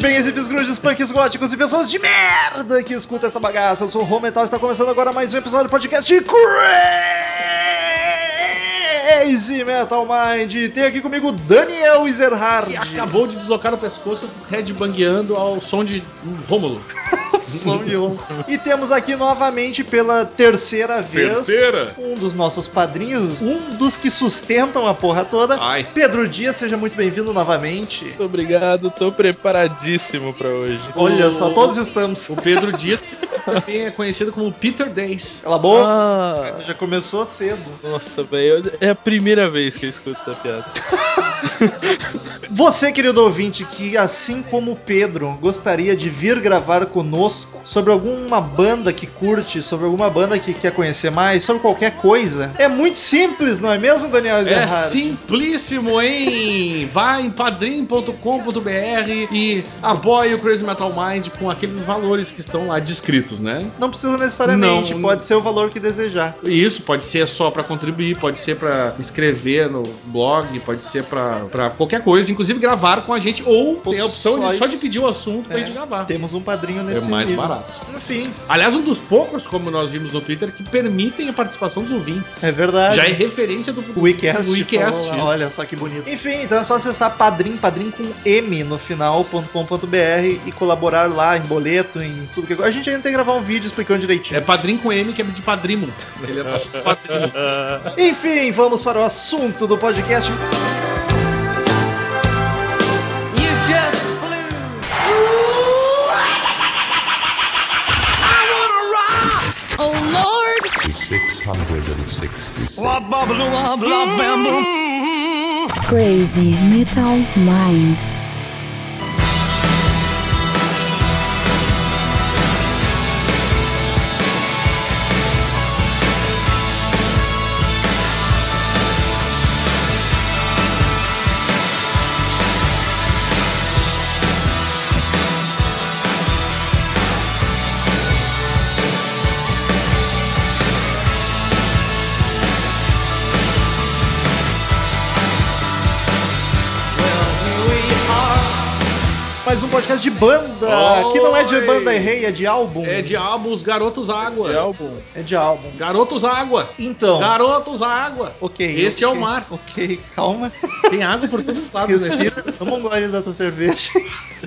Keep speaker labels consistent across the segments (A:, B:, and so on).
A: bem, exibidos, grunges, punks, góticos e pessoas de merda que escuta essa bagaça. Eu sou o Rô Metal está começando agora mais um episódio do podcast Crazy Metal Mind. Tem aqui comigo Daniel Ezerhard.
B: E acabou de deslocar o pescoço, headbangueando ao som de um Rômulo.
A: Som de honra. E temos aqui novamente pela terceira vez
C: Terceira?
A: um dos nossos padrinhos, um dos que sustentam a porra toda.
B: Ah.
C: Ai.
A: Pedro Dias, seja muito bem-vindo novamente.
D: Muito obrigado, tô preparadíssimo pra hoje.
A: Olha
B: O-
A: só, todos estamos.
B: O Pedro Dias, que também é conhecido como Peter Days.
A: Cala a boca,
D: Ah,
A: já começou cedo.
D: nossa, velho, é a primeira vez que eu escuto essa piada.
A: Você, querido ouvinte, que assim como o Pedro, gostaria de vir gravar conosco sobre alguma banda que curte, sobre alguma banda que quer conhecer mais, sobre qualquer coisa. É muito simples, não é mesmo, Daniel
B: É
A: Ezerhard?
B: simplíssimo, hein? Vá em padrim.com.br e apoie o Crazy Metal Mind com aqueles valores que estão lá descritos, né?
A: Não precisa necessariamente,
B: Não,
A: pode ser o valor que desejar.
B: E isso pode ser só pra contribuir, pode ser pra escrever no blog, pode ser pra pra qualquer coisa, inclusive gravar com a gente ou tem a opção
A: só
B: de, só
A: isso.
B: de pedir o assunto pra
A: É,
B: gente gravar.
A: Temos um padrinho
B: É
A: nesse
B: mais
A: nível.
B: barato.
A: Enfim,
B: Aliás, um dos poucos, como nós vimos no Twitter, que permitem a participação dos ouvintes.
A: é verdade.
B: Já é referência do
A: O Wecast.
B: do Wecast,
A: falou lá,
B: isso.
A: Olha só que bonito. Enfim, então é só acessar padrim, padrim com M no final.com.br e colaborar lá em boleto, em tudo que. A gente ainda tem que gravar um vídeo explicando
B: É
A: direitinho.
B: padrinho com M, que é de padrimo. Ele é nosso padrinho. É.
A: Enfim, vamos para o assunto do podcast.
E: Crazy Metal Mind.
C: Mm-hmm.
A: Mais um podcast de banda,
B: Oi!
A: que não é de banda errei, é de álbum.
B: É de álbuns Garotos Água.
D: Que álbum?
A: É de álbum.
B: Garotos Água.
A: Então,
B: Garotos Água.
A: ok.
B: Este Ah, é
A: ok,
B: o mar.
A: Ok, calma.
B: Tem água por todos os lados. Né?
A: Respira, toma um gole da tua cerveja.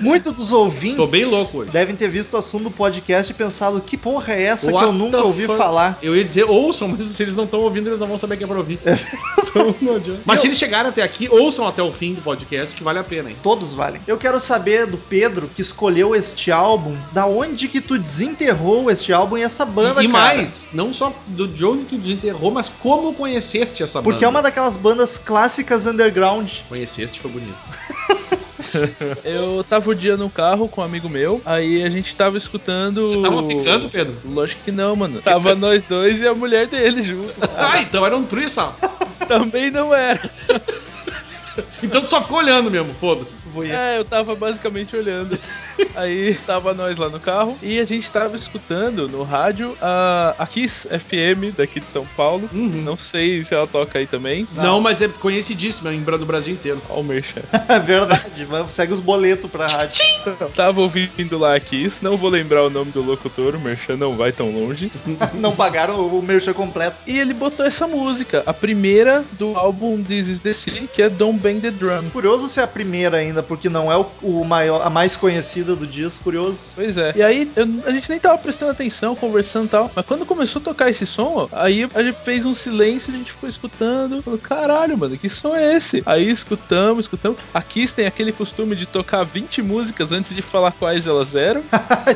A: Muito dos ouvintes
B: Tô bem louco hoje.
A: devem ter visto o assunto do podcast e pensado que porra é essa que
B: What
A: eu nunca
B: the
A: ouvi
B: fuck?
A: falar.
B: Eu ia dizer, ouçam, mas se eles não estão ouvindo, eles não vão saber que é pra ouvir. então não adianta. Mas se eles chegaram até aqui, ouçam até o fim do podcast, que vale a pena, hein?
A: Todos valem. Eu quero saber do Pedro, que escolheu este álbum, da onde que tu desenterrou este álbum e essa banda,
B: e
A: cara.
B: mais, não só do de onde tu desenterrou, mas como conheceste essa banda.
A: Porque é uma daquelas bandas clássicas underground.
B: Conheceste foi bonito.
D: Eu tava um dia no carro com um amigo meu, aí a gente tava escutando.
B: Vocês estavam ficando, Pedro?
D: Lógico que não, mano. Tava nós dois e a mulher dele junto.
A: tá.
B: Ah, então era um trisal.
D: Também não era.
B: Então tu só ficou olhando mesmo, foda-se.
D: É, eu tava basicamente olhando. Aí tava nós lá no carro e a gente tava escutando no rádio a, a Kiss FM daqui de São Paulo.
B: Uhum.
D: Não sei se ela toca aí também.
A: Tá.
B: Não. mas é conhecidíssimo, é em do Brasil inteiro.
D: Ó, o Merchan.
A: É verdade, mas segue os boletos pra rádio.
D: Tava ouvindo lá a Kiss, não vou lembrar o nome do locutor, o Merchan não vai tão longe.
A: Não pagaram o merchan completo.
D: E ele botou essa música, a primeira do álbum This Is The Sea, que é Don't Bang The Drum.
A: Curioso se é a primeira ainda, porque não é o, o maior, a mais conhecida do disco. Curioso.
D: Pois é. E aí, eu- a gente nem tava prestando atenção, conversando e tal. Mas quando começou a tocar esse som, ó, aí a gente fez um silêncio, a gente ficou escutando. Falou, caralho, mano, que som é esse? Aí escutamos, escutamos. A Kiss tem aquele costume de tocar 20 músicas antes de falar quais elas eram.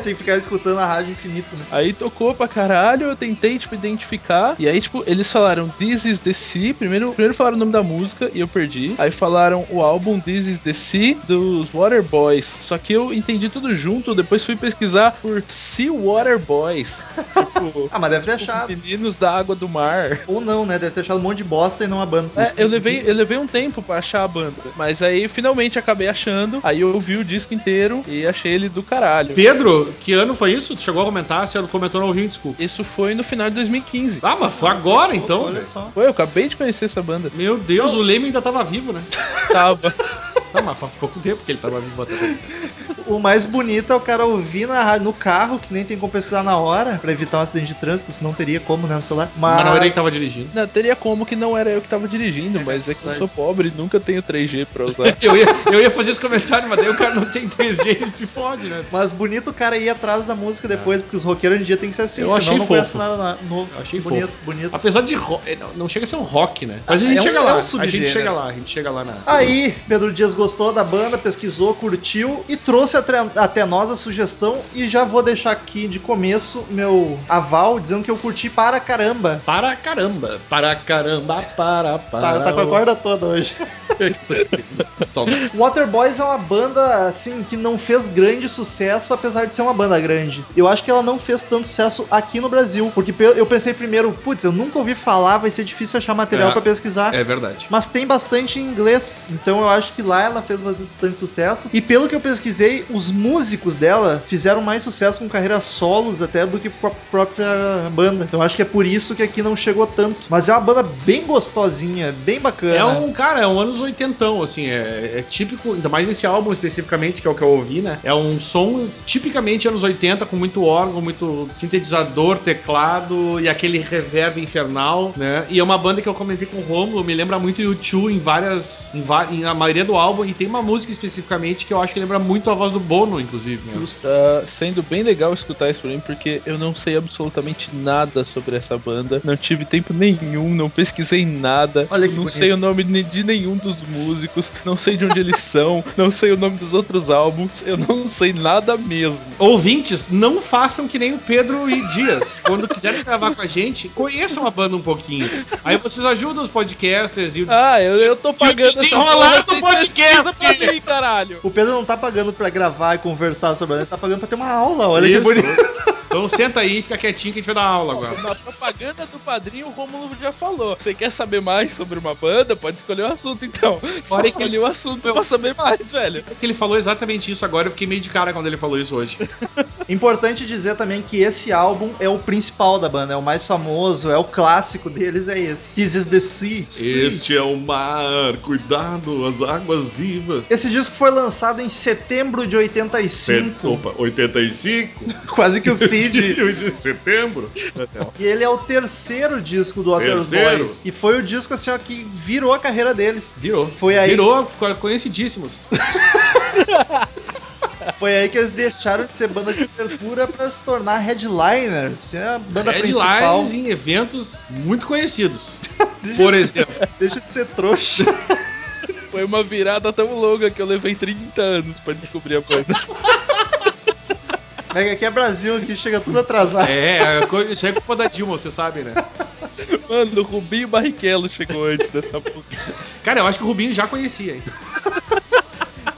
A: Tem que ficar escutando a rádio infinito, né?
D: Aí tocou pra caralho, eu tentei, tipo, identificar. E aí, tipo, eles falaram This is the Sea. Primeiro, primeiro falaram o nome da música e eu perdi. Aí falaram o álbum This is the Sea dos Water Boys. Só que eu entendi tudo junto, depois fui pesquisar por Sea Water Boys. tipo,
A: Ah, mas deve ter
D: os
A: achado.
D: meninos da água do mar.
A: Ou não, né? Deve ter achado um monte de bosta e não a banda.
D: É, eu levei, eu levei um tempo pra achar a banda, mas aí finalmente acabei achando. Aí eu ouvi o disco inteiro e achei ele do caralho.
B: Pedro, que ano foi isso? Tu chegou a comentar, se comentou não ouviu, desculpa.
D: Isso foi no final de 2015.
B: Ah, mas foi agora então?
A: Olha
B: velho.
A: só.
D: Ué, eu acabei de conhecer essa banda.
B: Meu Deus, o Leme ainda tava vivo, né?
D: Tava.
B: Ah, mas faz pouco tempo que ele tava vivo até. agora.
A: O mais bonito é o cara ouvir na ra- no carro, que nem tem como pesquisar na hora, pra evitar um acidente de trânsito, se não teria como, né, no celular. Mas,
B: Mas não era ele que tava dirigindo.
D: Não, teria como que não era eu que tava dirigindo, mas é que eu sou pobre e nunca tenho 3G pra usar.
B: Eu ia, eu ia fazer esse comentário, mas daí o cara não tem 3G e se fode, né?
A: mas bonito o cara ir atrás da música depois, porque os roqueiros hoje em dia tem que ser assim,
B: Eu
A: senão
B: achei
A: não conhece
B: fofo.
A: nada na- novo.
B: Eu achei
A: bonito,
B: fofo.
A: bonito.
B: Apesar de rock, é, não- não chega a ser um rock, né? Mas a gente
A: É um-
B: chega
A: é um
B: lá, a
A: subgênero.
B: gente chega lá, a gente chega lá na.
A: Aí, Pedro Dias gostou da banda, pesquisou, curtiu e trouxe atre- até nós a sugestão. E já vou deixar aqui de começo meu aval dizendo que eu curti para caramba.
B: Para caramba, para caramba, para para.
A: Tá, tá com a corda toda hoje.
B: Saudade.
A: Waterboys é uma banda, assim, que não fez grande sucesso, apesar de ser uma banda grande. Eu acho que ela não fez tanto sucesso aqui no Brasil, porque pe- eu pensei primeiro, putz, eu nunca ouvi falar, vai ser difícil achar material
B: É.
A: pra pesquisar.
B: É verdade.
A: Mas tem bastante em inglês, então eu acho que lá ela fez bastante sucesso. E pelo que eu pesquisei, os músicos dela fizeram mais sucesso com carreiras solos até do que com a própria banda. Então eu acho que é por isso que aqui não chegou tanto. Mas é uma banda bem gostosinha, bem bacana.
B: É um, cara, é um anos oitentão, assim, é, é típico, ainda mais nesse álbum especificamente, que é o que eu ouvi, né? É um som tipicamente anos 80, com muito órgão, muito sintetizador, teclado e aquele reverb infernal, né? E é uma banda que eu comentei com o Romulo, me lembra muito U2 em várias, em, va- em- na maioria do álbum, e tem uma música especificamente que eu acho que lembra muito a voz do Bono, inclusive. né?
D: Tá sendo bem legal escutar isso pra mim, porque eu não sei absolutamente nada sobre essa banda. Não tive tempo nenhum, não pesquisei nada.
A: Olha que
D: não
A: bonito.
D: sei o nome ne- de nenhum dos músicos, não sei de onde eles são, não sei o nome dos outros álbuns, eu não sei nada mesmo.
B: Ouvintes, não façam que nem o Pedro e Dias. Quando quiserem gravar com a gente, conheçam a banda um pouquinho. Aí vocês ajudam os podcasters e o
D: Ah, eu, eu tô pagando essa
B: desenrolar
D: porra,
B: do
D: vocês
B: podcast!
D: pesquisam pra mim, caralho.
A: O Pedro não tá pagando pra gravar e conversar sobre ela, ele tá pagando pra ter uma aula. Olha
B: Isso.
A: que bonito.
B: Então senta aí, fica quietinho que a gente vai dar aula agora.
D: Na propaganda do padrinho, o Romulo já falou. Você quer saber mais sobre uma banda? Pode escolher o assunto, então.
B: Fora
D: Pode
B: que-
D: escolher o assunto pra saber mais, velho.
B: Que ele falou exatamente isso agora, eu fiquei meio de cara quando ele falou isso hoje.
A: Importante dizer também que esse álbum é o principal da banda, é o mais famoso, é o clássico deles, é esse. This is the Sea.
B: é o mar, cuidado, as águas vivas.
A: Esse disco foi lançado em setembro de 85.
B: 85?
A: Quase que o Cid.
B: de Então, setembro?
A: E ele é o terceiro disco do Waters
B: Terceiro?
A: Boys. E foi o disco assim, ó, que virou a carreira deles.
B: Virou.
A: Foi aí.
B: Virou, ficou conhecidíssimos.
A: Foi aí que eles deixaram de ser banda de abertura pra se tornar headliners. É a banda principal.
B: Headlines em eventos muito conhecidos. Por exemplo,
A: Deixa de ser trouxa.
D: Foi uma virada tão longa que eu levei 30 anos pra descobrir a banda.
A: Mega aqui é Brasil, aqui chega tudo atrasado.
B: é, é co- isso aí é culpa da Dilma, você sabe, né?
D: Mano, o Rubinho Barrichello chegou antes dessa música.
B: Cara, eu acho que o Rubinho já conhecia, hein?
A: É.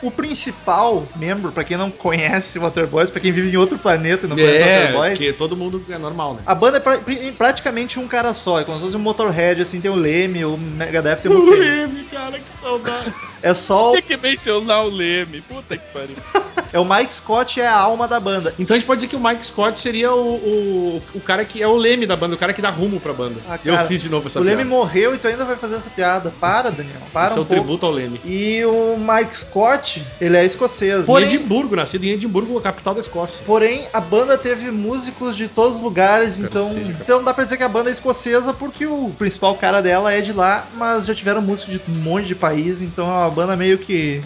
A: O principal membro, pra quem não conhece o Waterboys, pra quem vive em outro planeta e não conhece o
B: É,
A: Waterboys,
B: porque todo mundo é normal, né?
A: A banda é pra- pri- praticamente um cara só, é como se fosse um Motorhead, assim, tem o Leme, o Megadeth tem o Mustaine.
D: cara, que saudade.
A: É só o,
D: Tinha que mencionar o Leme. Puta que pariu.
A: é o Mike Scott é a alma da banda.
B: Então a gente pode dizer que o Mike Scott seria o, o, o cara que é o leme da banda, o cara que dá rumo pra banda.
A: Ah, cara,
B: eu fiz de novo essa
A: o Leme
B: piada.
A: morreu e tu ainda vai fazer essa piada. Para, Daniel, para
B: Esse é
A: um
B: o
A: pouco.
B: tributo ao leme.
A: E o Mike Scott, ele é escocês.
B: Em
A: Porém,
B: Edimburgo, nascido em Edimburgo, a capital da Escócia.
A: porém, a banda teve músicos de todos os lugares,
B: Espero
A: então,
B: que seja, cara.
A: então dá pra dizer que a banda é escocesa porque o principal cara dela é de lá, mas já tiveram músicos de um monte de país, então é uma banda meio que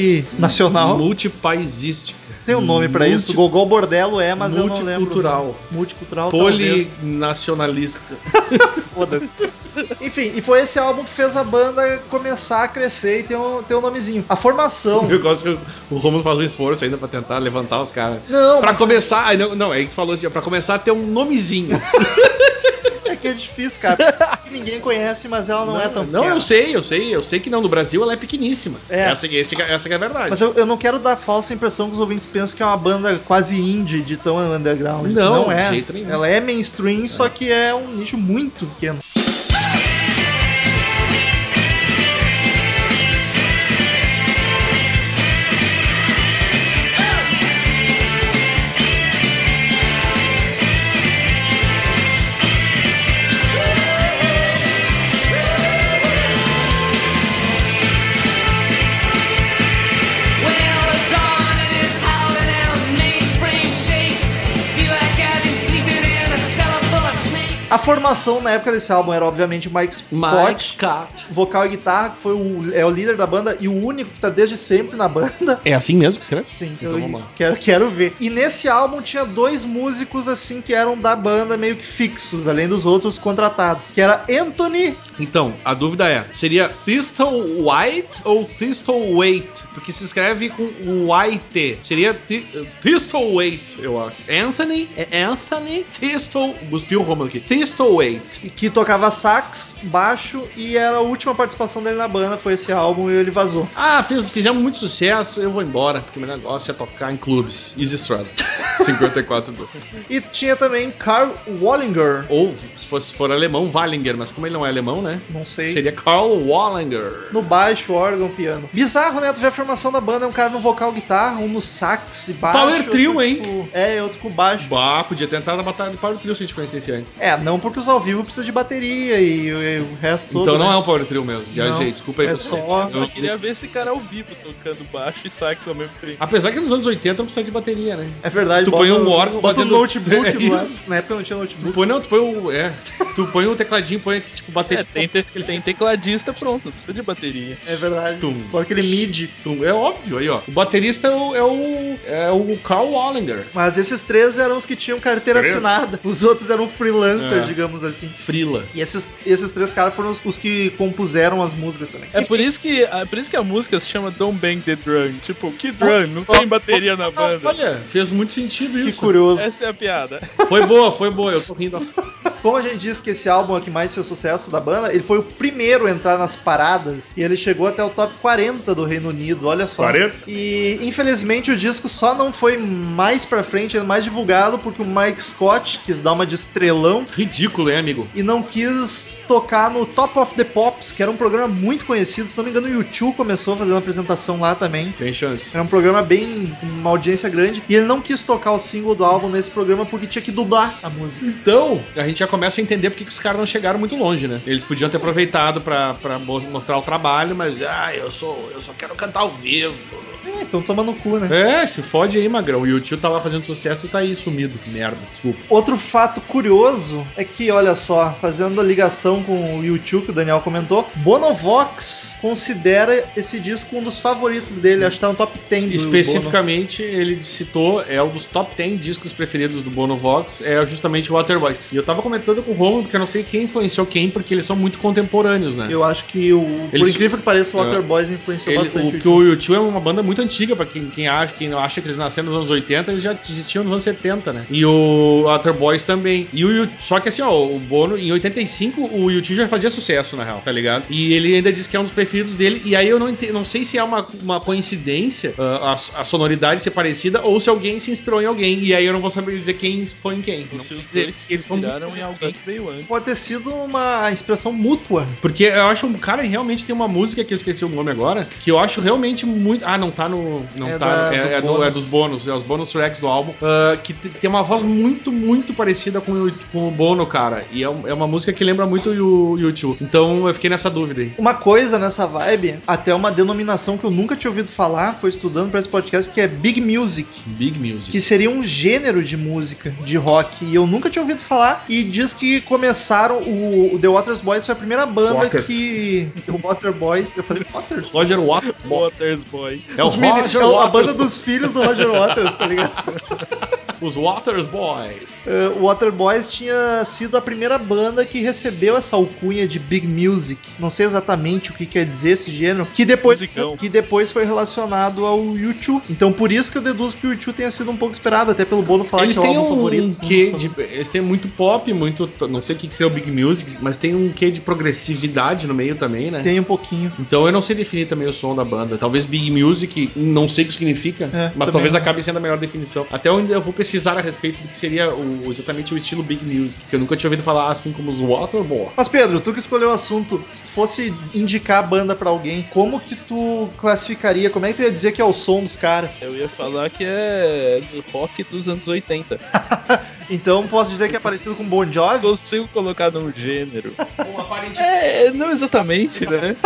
A: multinacional.
B: Multipaisística.
A: Tem um nome pra isso.
B: Multi-
A: Gogol Bordello é, mas eu não lembro. um
B: Multicultural.
A: Multicultural. talvez.
B: Polinacionalista.
A: Foda-se. Enfim, e foi esse álbum que fez a banda começar a crescer e ter um, ter um nomezinho. A formação.
B: Eu gosto Um que o Romulo faz um esforço ainda pra tentar levantar os caras.
A: Não,
B: Pra
A: mas
B: começar, aí não, não, é que tu falou assim, ó, pra começar a ter um nomezinho.
A: é que é difícil, cara. Que Ninguém conhece, mas ela não, é tão
B: Não,
A: pequena.
B: eu sei, eu sei, eu sei que não. No Brasil ela é pequeníssima.
A: É.
B: Essa, esse- essa que é a verdade.
A: Mas eu, eu não quero dar falsa impressão que os ouvintes pensam que é uma banda quase indie de tão underground. Isso
B: Não,
A: não é.
B: de jeito nenhum.
A: Ela é mainstream, só que é um nicho muito pequeno.
C: Well, the dawn is
A: A formação na época desse álbum era, obviamente, o Mike Scott,
B: Mike Scott.
A: vocal e guitarra, que foi o, é o líder da banda e o único que tá desde sempre na banda.
B: É assim mesmo que escreve?
A: Sim,
B: Então
A: eu
B: vamos lá.
A: Quero, quero ver. E nesse álbum tinha dois músicos assim que eram da banda meio que fixos, além dos outros contratados, que era Anthony
B: Então, a dúvida é: seria Thistle White ou Thistle Wait? Porque se escreve com White. Seria Thi- Thistle Wait, eu acho. Anthony, é Anthony Thistle. Cuspiu o Romulo aqui. Thistle Wait.
A: que tocava sax, baixo e era a última participação dele na banda, foi esse álbum e ele vazou.
B: Ah, fiz- fizemos muito sucesso, eu vou embora, porque meu negócio é tocar em clubes. Easy Strada. 54 do.
A: E tinha também Carl Wallinger,
B: Ou, se fosse for alemão, Wallinger, mas como ele não é alemão, né?
A: não sei.
B: Seria Carl Wallinger.
A: No baixo, órgão, piano. Bizarro, né? Tu vê a formação da banda, é um cara no vocal, guitarra, um no sax e baixo.
B: Power
A: outro
B: trio,
A: com-
B: hein?
A: É, outro com baixo.
B: Bah, podia tentar na batalha do Power Trio se a gente conhecesse antes.
A: É, não porque os ao vivo precisa de bateria e, e o resto todo.
B: então não
A: né?
B: é um Power Trio mesmo, viajei,
A: Não,
B: desculpa aí
A: é
B: pessoal.
A: só-
B: Eu-
D: Eu queria ver esse cara ao vivo tocando baixo e sax ao mesmo tempo.
B: Apesar que nos anos 80 não precisa de bateria, né?
A: É verdade,
B: Tu
A: bota
B: põe um
A: no-
B: órgão
A: bota
B: fazendo-
A: um notebook
B: É
A: do lado.
B: isso.
A: Na época não tinha notebook.
B: Tu põe, não, tu põe o. É. Tu põe o tecladinho, põe aqui, tipo,
D: É,
B: bateria.
D: tem, te- tem tecladista pronto, não precisa de bateria.
A: É verdade.
B: Tum.
A: Bota aquele mid.
B: Tum, É óbvio aí, ó. O baterista é o. É o, é o Carl Wallinger.
A: Mas esses três eram os que tinham carteira
B: Três?
A: assinada. Os outros eram freelancers,
B: É.
A: digamos assim.
B: Frila.
A: E esses, esses três caras foram os, os que compuseram as músicas também.
D: É por isso que, é por isso que a música se chama Don't Bang the Drum. Tipo, que drum? Não tem bateria na
B: Ah,
D: banda.
B: olha, fez muito sentido
A: Que
B: isso.
A: curioso.
D: Essa é a piada.
B: Foi boa, foi boa. Eu tô rindo.
A: Como a gente disse que esse álbum é o que mais fez sucesso da banda, ele foi o primeiro a entrar nas paradas e ele chegou até o top 40 do Reino Unido, olha só.
B: 40?
A: E infelizmente o disco só não foi mais pra frente, é mais divulgado, porque o Mike Scott quis dar uma de estrelão
B: Ridículo, hein, amigo?
A: e não quis tocar no Top of the Pops, que era um programa muito conhecido, se não me engano o YouTube começou fazendo apresentação lá também.
B: Tem chance.
A: Era um programa bem. uma audiência grande. E ele não quis tocar o single do álbum nesse programa porque tinha que dublar a música.
B: Então, a gente já começa a entender porque que os caras não chegaram muito longe, né? Eles podiam ter aproveitado pra, pra mo- mostrar o trabalho, mas ah, eu sou, eu só quero cantar ao vivo.
A: É, então toma no cu, né?
B: É, se fode aí, magrão. E o tio tava fazendo sucesso e tá aí sumido. Merda, desculpa.
A: Outro fato curioso é que, olha só, fazendo a ligação com o YouTube que o Daniel comentou, Bonovox considera esse disco um dos favoritos dele, acho que tá no top 10 do Bono.
B: Especificamente, ele citou, é um dos top 10 discos preferidos do Bono Vox, é justamente Waterboys. E eu tava comentando com o Romulo, porque eu não sei quem influenciou quem, porque eles são muito contemporâneos, né?
A: Eu acho que o. Por
B: Eles-
A: incrível que pareça, o
B: É.
A: Waterboys influenciou
B: Ele-
A: bastante
B: o, que o U2 é uma banda muito antiga, pra quem, quem acha, quem não acha que eles nasceram nos anos 80, eles já existiam nos anos 70, né? E o Outer Boys também. E o U- só que assim, ó, o Bono, em 85, o U2 já fazia sucesso, na real, tá ligado? E ele ainda diz que é um dos preferidos dele. E aí eu não, ente- não sei se é uma, uma coincidência ah, a, a sonoridade ser parecida ou se alguém se inspirou em alguém. E aí eu não vou saber dizer quem foi em quem. Não
D: Porque
B: sei
D: os
B: dizer
D: dois
B: que eles
D: eles
B: são muito
D: viraram em alguém que veio antes.
A: Pode ter sido uma inspiração mútua.
B: porque eu acho um cara que realmente tem uma música que eu esqueci o nome agora, que eu acho realmente muito. Ah, não tá no. Não
A: É
B: tá.
A: da-
B: é,
A: do
B: é do-
A: bônus.
B: é dos bônus, é os bônus tracks do álbum. ah, que te- tem uma voz muito, muito parecida com o, com o Bono, cara. E é, um- é uma música que lembra muito o YouTube. Então eu fiquei nessa dúvida aí.
A: Uma coisa nessa vibe, até uma denominação que eu nunca tinha ouvido falar, foi estudando pra esse podcast, que é Big Music,
B: Big Music.
A: que seria um gênero de música, de rock, e eu nunca tinha ouvido falar, e diz que começaram, o, o The Waters Boys foi a primeira banda
B: Waters.
A: que... The Water Boys, eu falei Waters?
B: Roger Waters.
D: Waters Boy.
B: É o
A: Os meni-
B: Roger
A: é o- a
B: Waters
A: banda dos filhos do Roger Waters, tá ligado?
B: Os Waters Boys.
A: Eh, O Water Boys tinha sido a primeira banda que recebeu essa alcunha de Big Music. Não sei exatamente o que quer dizer esse gênero. Que depois,
D: Musicão.
A: que depois foi relacionado ao YouTube. Então por isso que eu deduzo que o YouTube tenha sido um pouco esperado, até pelo Bono falar que
B: Eles
A: é o
B: têm
A: álbum favorito.
B: um
A: dos
B: quê de.
A: favoritos.
B: Eles têm muito pop, muito. Não sei o que, que seria o Big Music, mas tem um quê de progressividade no meio também, né?
A: Tem um pouquinho.
B: Então eu não sei definir também o som da banda. Talvez Big Music, não sei o que significa,
A: É,
B: mas
A: também
B: talvez
A: não.
B: acabe sendo a melhor definição. Até onde eu vou pesquisar a respeito do que seria o- exatamente o estilo Big Music, que eu nunca tinha ouvido falar assim como os Waterboy.
A: Mas Pedro, tu que escolheu o assunto, se tu fosse indicar a banda pra alguém, como que tu classificaria? Como é que tu ia dizer que é o som dos caras?
D: Eu ia falar que é do rock dos anos 80.
A: Então posso dizer que é parecido com Bon
D: Eu
A: Jovi?
D: consigo colocar num gênero.
B: Bom, aparentemente.
D: É, não exatamente, né?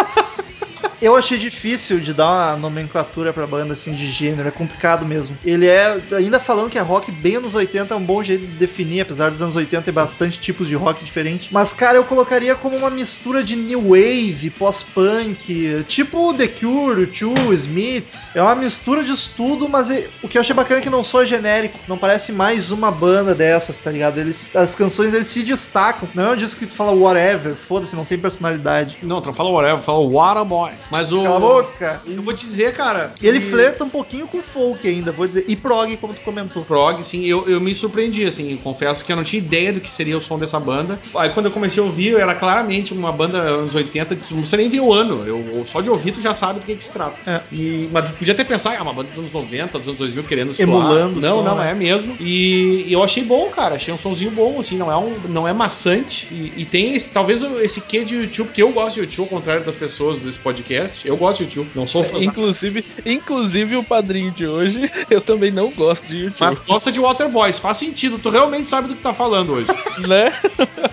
A: Eu achei difícil de dar uma nomenclatura pra banda assim de gênero, é complicado mesmo. Ele é, ainda falando que é rock bem anos 80, é um bom jeito de definir, apesar dos anos 80 ter bastante tipos de rock diferente. Mas, cara, eu colocaria como uma mistura de new wave, pós-punk, tipo The Cure, o Two, Smiths. É uma mistura disso tudo, mas é- o que eu achei bacana é que não só é genérico, não parece mais uma banda dessas, tá ligado? Eles, as canções eles se destacam, não é um disco que tu fala whatever, foda-se, não tem personalidade.
B: Não, tu não fala whatever, fala what a boy. Mas o.
A: Cala a boca!
B: Eu vou te dizer, cara.
A: E ele
B: que-
A: flerta um pouquinho com folk ainda, vou dizer. E prog, como tu comentou.
B: prog, assim, eu, eu me surpreendi, assim, confesso que eu não tinha ideia do que seria o som dessa banda. Aí quando eu comecei a ouvir, era claramente uma banda anos 80, que tu não precisa nem ver o ano, eu, só de ouvir tu já sabe do que, que se trata.
A: É.
B: E, mas tu podia até pensar, ah, uma banda dos anos 90, dos anos 2000, querendo
A: Emulando
B: Não,
A: o som,
B: não,
A: né?
B: é mesmo. E, e eu achei bom, cara, achei um sonzinho bom, assim, não é, um, não é maçante. E, e tem esse, talvez esse quê de YouTube, que eu gosto de YouTube, ao contrário das pessoas desse podcast, eu gosto de YouTube, não
A: É,
B: sou fã.
D: Inclusive, inclusive o padrinho de hoje, eu também não gosto de YouTube,
B: Mas gosta de Waterboys, faz sentido, tu realmente sabe do que tá falando hoje.
D: né?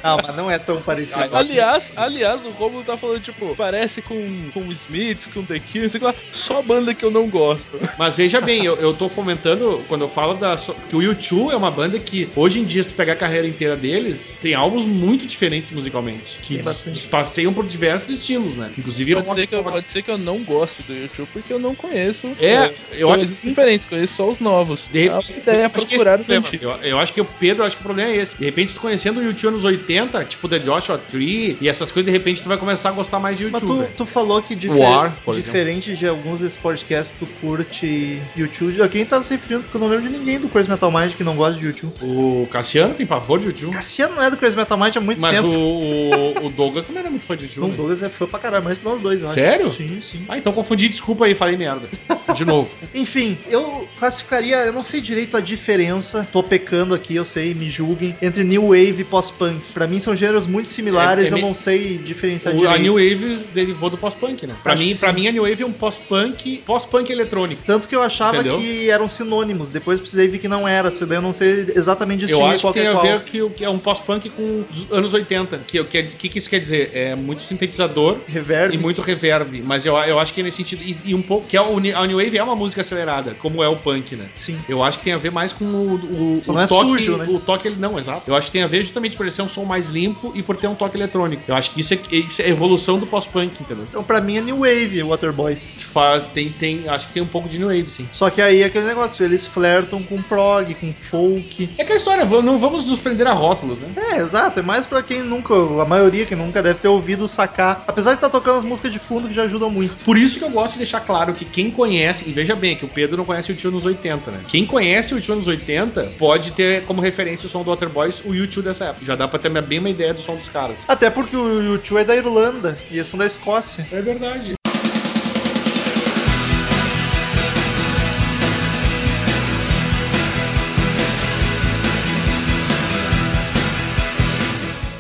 A: Ah, mas não é tão parecido.
D: Aliás, aliás, o Romulo tá falando, tipo, parece com, com o Smith, com The Cure, sei lá, só banda que eu não gosto.
B: Mas veja bem, eu, eu tô fomentando quando eu falo da. so- que o U2 é uma banda que, hoje em dia, se tu pegar a carreira inteira deles, tem álbuns muito diferentes musicalmente. Que
A: Tem bastante.
B: passeiam por diversos estilos, né? Inclusive,
D: Pode
B: eu-
D: ser, que eu, pode ser que eu não gosto do YouTube porque eu não conheço.
B: É, eu acho
D: coisas
B: que.
D: diferentes, conheço só os novos.
B: De
D: a
B: repente,
D: ideia é
B: eu acho que
D: procurar
B: esse é o
D: os antigos.
B: problema. eu, eu acho que o Pedro, eu acho que o problema é esse. De repente, tu conhecendo o YouTube nos 80, tipo The Joshua Tree e essas coisas, de repente tu vai começar a gostar mais de
A: Mas
B: YouTube.
A: tu,
B: velho.
A: tu falou que difer-
B: War, por
A: diferente de alguns desses podcasts, tu curte YouTube. Quem tá se referindo? Porque eu não lembro de ninguém do Crazy Metal Mind que não gosta de YouTube.
B: O Cassiano tem pavor de YouTube.
A: Cassiano não é do Crazy Metal Mind há muito
B: Mas o,
A: tempo.
B: o- o Douglas também era muito fã de
A: Não,
B: YouTube.
A: o
B: né?
A: Douglas é fã pra caralho, mas nós dois, eu acho.
B: Sério?
A: Sim, sim.
B: Ah, então confundi, desculpa aí, falei merda. De novo.
A: Enfim, eu classificaria, eu não sei direito a diferença, tô pecando aqui, eu sei, me julguem, entre New Wave e pós-punk. Pra mim são gêneros muito similares,
B: É- é
A: eu
B: me-
A: não sei diferenciar
B: O-
A: direito.
B: a New Wave derivou do pós-punk, né?
A: é
B: Pra
A: Acho
B: mim,
A: que
B: pra
A: sim.
B: mim, a New Wave é um pós-punk, pós-punk eletrônico.
A: Tanto que eu achava
B: Entendeu?
A: que eram sinônimos, depois precisei ver que não era, isso daí eu não sei exatamente
B: Eu
A: distinguir
B: acho
A: qual
B: que
A: que é
B: tem a
A: qual.
B: ver que, o- que é um pós-punk com os anos 80. Que o que, que, que isso quer dizer? É muito sintetizador
A: Reverb.
B: e muito reverb. Mas eu, eu acho que é nesse sentido. E, e um pouco. Que a, Uni- a New Wave é uma música acelerada, como é o punk, né?
A: Sim.
B: Eu acho que tem a ver mais com o, o,
A: Só
B: o
A: não é
B: toque.
A: sujo, né?
B: O toque ele não, exato. Eu acho que tem a ver justamente por ele ser um som mais limpo e por ter um toque eletrônico. Eu acho que isso é, isso é a evolução do pós-punk, entendeu?
A: Então pra mim é New Wave, Waterboys.
B: Faz, tem, tem, acho que tem um pouco de New Wave, sim.
A: Só que aí é aquele negócio, eles flertam com prog, com folk.
B: É que a história, v- não vamos nos prender a rótulos, né?
A: É, exato, é mais pra quem nunca, a maioria que nunca deve ter ouvido sacar. Apesar de estar tocando as músicas de fundo que já ajudam muito.
B: Por isso que eu gosto de deixar claro que quem conhece, e veja bem que o Pedro não conhece o tio nos 80, né? Quem conhece o tio nos 80 pode ter como referência o som do Waterboys, o YouTube dessa época. Já dá pra ter uma- bem uma ideia do som dos caras.
A: Até porque o U2 é da Irlanda e eles são da Escócia.
B: É verdade.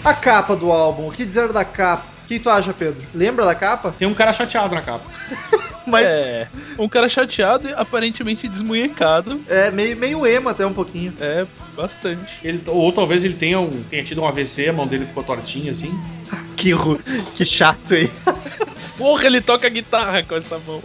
A: A capa do álbum, o que dizer da capa? O que tu acha, Pedro? Lembra da capa?
B: Tem um cara chateado na capa.
A: Mas é,
D: É, um cara chateado e aparentemente desmunhecado.
A: é meio, meio emo até um pouquinho.
D: É, bastante.
B: Ele, ou talvez ele tenha, um- tenha tido um AVC, a mão dele ficou tortinha assim.
A: Que, ru- que chato aí.
D: Porra, ele toca guitarra com essa mão.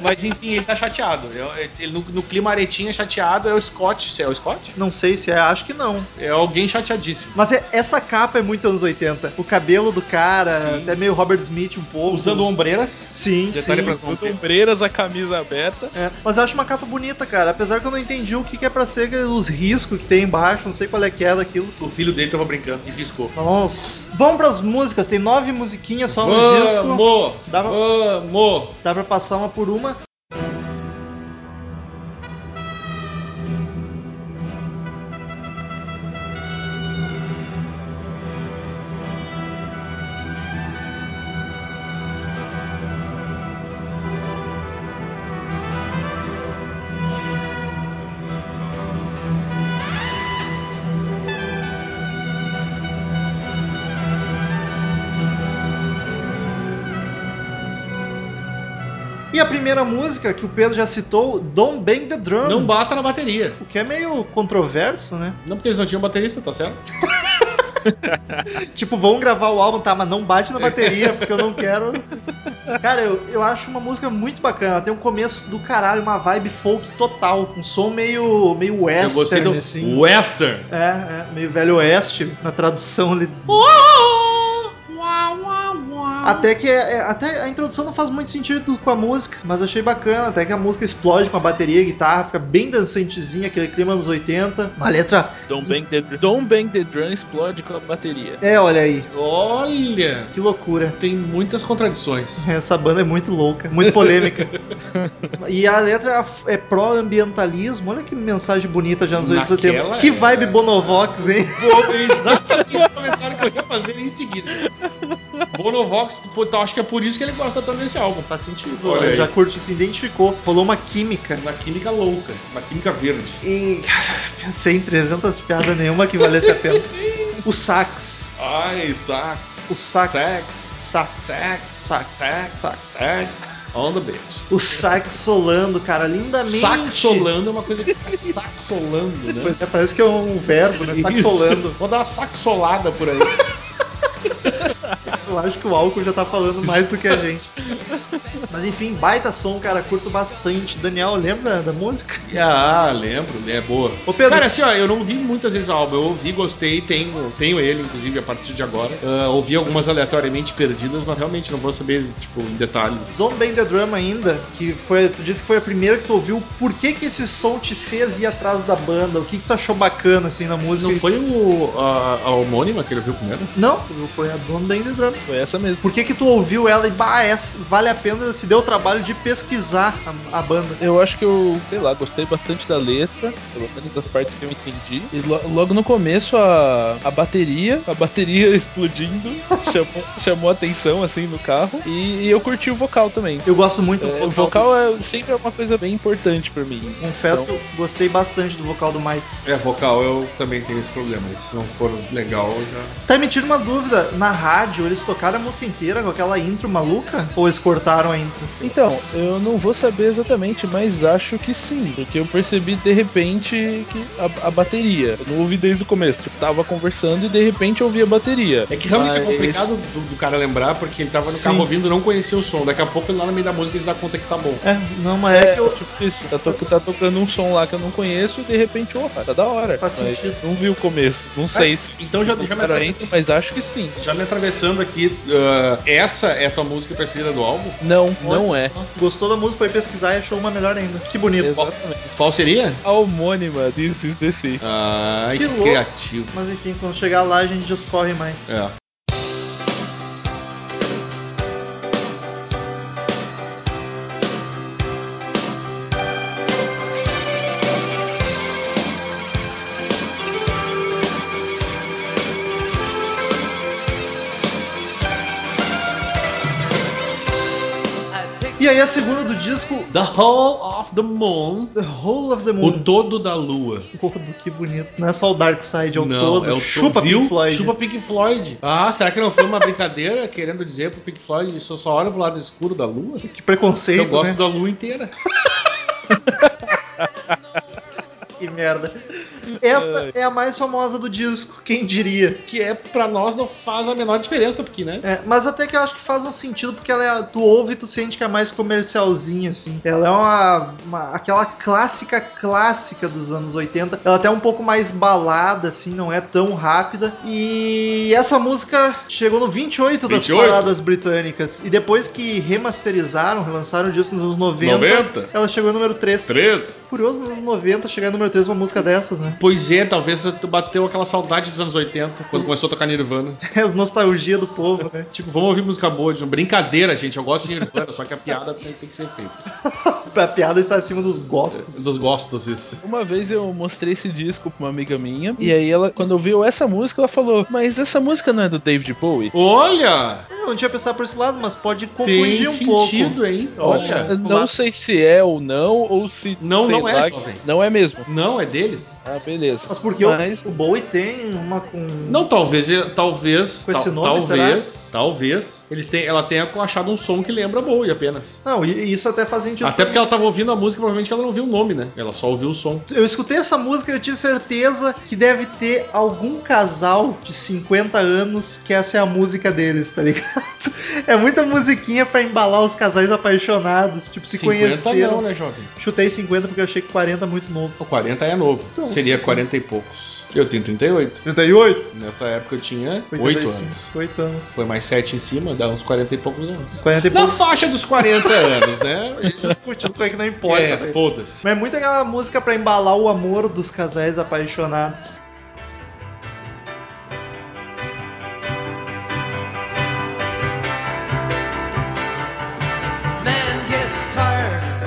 B: Mas enfim, ele tá chateado. Eu- Ele, no, no clima aretinha chateado é o Scott. É o Scott?
A: Não sei se é, acho que não.
B: É alguém chateadíssimo.
A: Mas é- essa capa é muito anos 80. O cabelo do cara,
B: Sim.
A: até meio Robert Smith um pouco.
B: Usando ombreiras.
A: Sim,
B: Detalhe
A: sim.
B: pra-
D: As ombreiras, a camisa aberta.
A: É, mas eu acho uma capa bonita, cara. Apesar que eu não entendi o que, que é pra ser os riscos que tem embaixo, não sei qual é que é daquilo.
B: O filho dele tava brincando e riscou.
A: Nossa. Vamos pras músicas, tem nove musiquinhas só no disco.
B: Vamos!
A: Dá pra-
B: um Vamos!
A: Dá pra passar uma por uma. E a primeira música que o Pedro já citou, Don't Bang the Drum.
B: Não bata na bateria.
A: o que é meio controverso, né?
B: Não porque eles não tinham baterista, tá certo?
A: Tipo, vão gravar o álbum, tá, mas não bate na bateria, porque eu não quero. Cara, eu, eu acho uma música muito bacana. Ela tem um começo do caralho, uma vibe folk total. Um som meio, meio
B: Eu gostei
A: western,
B: do
A: assim.
B: Western.
A: É, é, meio velho oeste, na tradução ali. Até que é- é- até a introdução não faz muito sentido com a música, mas achei bacana. Até que a música explode com a bateria e guitarra, fica bem dançantezinha, aquele clima nos 80. Uma letra.
D: Don't bang, the, Don't bang the drum explode com a bateria.
A: É, olha aí,
B: Olha,
A: que loucura.
B: tem muitas contradições.
A: Essa banda é muito louca, muito polêmica. e a letra é pró-ambientalismo. Olha que mensagem bonita já nos anos
B: Naquela
A: 80. Que
B: era.
A: vibe Bonovox, hein?
B: Pô, é exatamente o comentário que eu ia fazer em seguida. Bonovox, pô, tá, acho que é por isso que ele gosta tanto desse álbum.
A: Faz sentido.
B: Olha
A: né?
B: aí.
A: já curte, se identificou. Rolou uma química.
B: Uma química louca, uma química verde.
A: E pensei em 300 piadas nenhuma que valesse a pena. O sax.
B: Ai, sax.
A: O sax. Sax.
B: Sax. Sax.
A: Sax.
B: Sax.
A: Sax.
B: Sax. On the beach.
A: O sax solando, cara, lindamente.
B: Saxolando é uma coisa que fica saxolando, né?
A: Pois é, parece que é um verbo, né?
B: Isso.
A: Saxolando.
B: Vou dar uma saxolada por aí.
A: Eu acho que o álcool já tá falando mais do que a gente. Mas enfim, baita som, cara, curto bastante. Daniel, lembra da música?
B: ah, lembro, é boa.
A: Ô Pedro,
B: Cara, assim, ó, eu não vi muitas vezes a álbum. Eu ouvi, gostei, tenho, tenho ele, inclusive, a partir de agora. Ah, ouvi algumas aleatoriamente perdidas, mas realmente não vou saber, tipo, em detalhes.
A: Don't Bang the Drum ainda, que foi, tu disse que foi a primeira que tu ouviu. Por que que esse som te fez ir atrás da banda? O que que tu achou bacana, assim, na música?
B: Não foi o, a, a homônima que ele viu primeiro?
A: Não, foi a Don't Bang the Drum.
D: Foi essa mesmo.
A: Por que que tu ouviu ela e, bah, essa vale a pena, se deu o trabalho de pesquisar a, a banda.
D: Eu acho que eu, sei lá, gostei bastante da letra, pelo menos das partes que eu entendi. E lo- logo no começo a, a bateria, a bateria explodindo, chamou, chamou atenção assim no carro. E, e eu curti o vocal também.
A: Eu gosto muito
D: É, o vocal é sempre é uma coisa bem importante pra mim.
A: Confesso
D: Então,
A: que eu gostei bastante do vocal do Mike.
B: É, vocal, eu também tenho esse problema. Se não for legal, eu já.
A: Tá me tira uma dúvida, na rádio eles tocaram a música inteira com aquela intro maluca? Ou eles cortaram a intro?
D: Então, eu não vou saber exatamente, mas acho que sim. Porque eu percebi de repente que a, a bateria. Eu não ouvi desde o começo. Tipo, tava conversando e de repente eu ouvi a bateria.
B: É que realmente é
D: Mas-
B: complicado do, do cara lembrar, porque ele tava no
A: Sim.
B: carro ouvindo não conhecia o som. Daqui a pouco, lá no meio da música, ele se dá conta que tá bom.
A: É, não, mas é, que eu.
D: Tipo isso, tá, to- tá tocando um som lá que eu não conheço e de repente, opa, tá da
B: é,
D: hora.
A: Faz
D: Mas
A: sentido.
D: Não vi o começo, não sei se
B: Então já, já me
D: era isso,
B: atravessei.
D: mas acho que sim.
B: Já me atravessando aqui, ah, essa é a tua música preferida do álbum?
D: Não, não é.
A: Gostou da música, foi pesquisar e achou uma melhor ainda. Que bonito.
D: Exatamente.
B: Qual seria?
D: A homônima de This The Sea.
B: Ai,
A: Que
B: que,
A: louco.
B: criativo.
A: Mas enfim, quando chegar lá a gente discorre mais.
B: É.
A: E aí a segunda do disco,
B: The Hall of the Moon.
A: The Whole of the
B: O
A: Moon.
B: todo da lua.
A: Todo que bonito. Não é só o Dark Side, é o
B: não,
A: todo.
B: é o
A: Chupa
B: viu?
A: Pink Floyd.
B: Chupa Pink Floyd. Ah, será que não foi uma brincadeira querendo dizer pro Pink Floyd só só olha pro lado escuro da lua?
A: Que preconceito,
B: Eu gosto
A: né?
B: da lua inteira.
A: Que merda. Essa é a mais famosa do disco, quem diria.
B: Que é pra nós não faz a menor diferença, porque, né?
A: É, mas até que eu acho que faz um sentido, porque ela é, tu ouve e tu sente que é mais comercialzinha, assim. Ela é uma, uma- aquela clássica clássica dos anos 80. Ela até é um pouco mais balada, assim, não é tão rápida. E essa música chegou no 28, das
B: 28?
A: paradas britânicas. E depois que remasterizaram, relançaram o disco nos anos 90,
B: 90?
A: ela chegou no número 3.
B: Três.
A: Curioso nos anos 90 chegar no número 3 uma música dessas, né?
B: Pois é, talvez tu bateu aquela saudade dos anos 80, quando começou a tocar Nirvana.
A: É a nostalgia do povo, né?
B: Tipo, vamos ouvir música boa de brincadeira, gente. Eu gosto de Nirvana, só que a piada tem, tem que ser feita.
A: A piada está acima dos gostos.
B: Dos gostos, isso.
D: Uma vez eu mostrei esse disco pra uma amiga minha, e aí ela, quando ouviu essa música, ela falou: Mas essa música não é do David Bowie?
B: Olha!
A: caramba, não tinha pensado por esse lado, mas pode confundir um pouco.
B: hein?
D: Olha,
B: Olha.
D: não sei se é ou não, ou se.
B: Não,
D: sei
B: não é,
D: lá,
B: jovem.
D: Não é mesmo.
B: Não, é deles.
D: Ah, beleza.
A: Mas porque
D: Mas-
A: o, o Bowie tem uma com.
B: Não, talvez, eh, talvez,
A: Com esse
B: tal-
A: nome,
B: talvez, talvez, eles tenham, ela tenha achado um som que lembra Bowie apenas.
A: Não, e e isso até faz sentido.
B: Até porque ela tava ouvindo a música, provavelmente ela não viu o nome, né? Ela só ouviu o som.
A: Eu escutei essa música e eu tive certeza que deve ter algum casal de 50 anos que essa é a música deles, tá ligado? É muita musiquinha pra embalar os casais apaixonados, tipo, se
B: 50
A: conheceram.
B: não, né, jovem?
A: Chutei 50 porque eu achei que 40 é muito novo.
B: O 40 é novo.
A: Então,
B: Seria 40 e poucos. Eu tenho 38.
A: 38?
B: Nessa época eu tinha 8
A: 85,
B: anos.
A: 8 anos.
B: Foi mais 7 em cima, dá uns 40 e poucos anos.
A: 40 e
B: Na
A: poucos.
B: faixa dos 40 anos, né?
A: A gente discute, isso é que não importa.
B: é,
A: né?
B: foda-se.
A: Mas é muito aquela música pra embalar o amor dos casais apaixonados.
C: Man gets tired.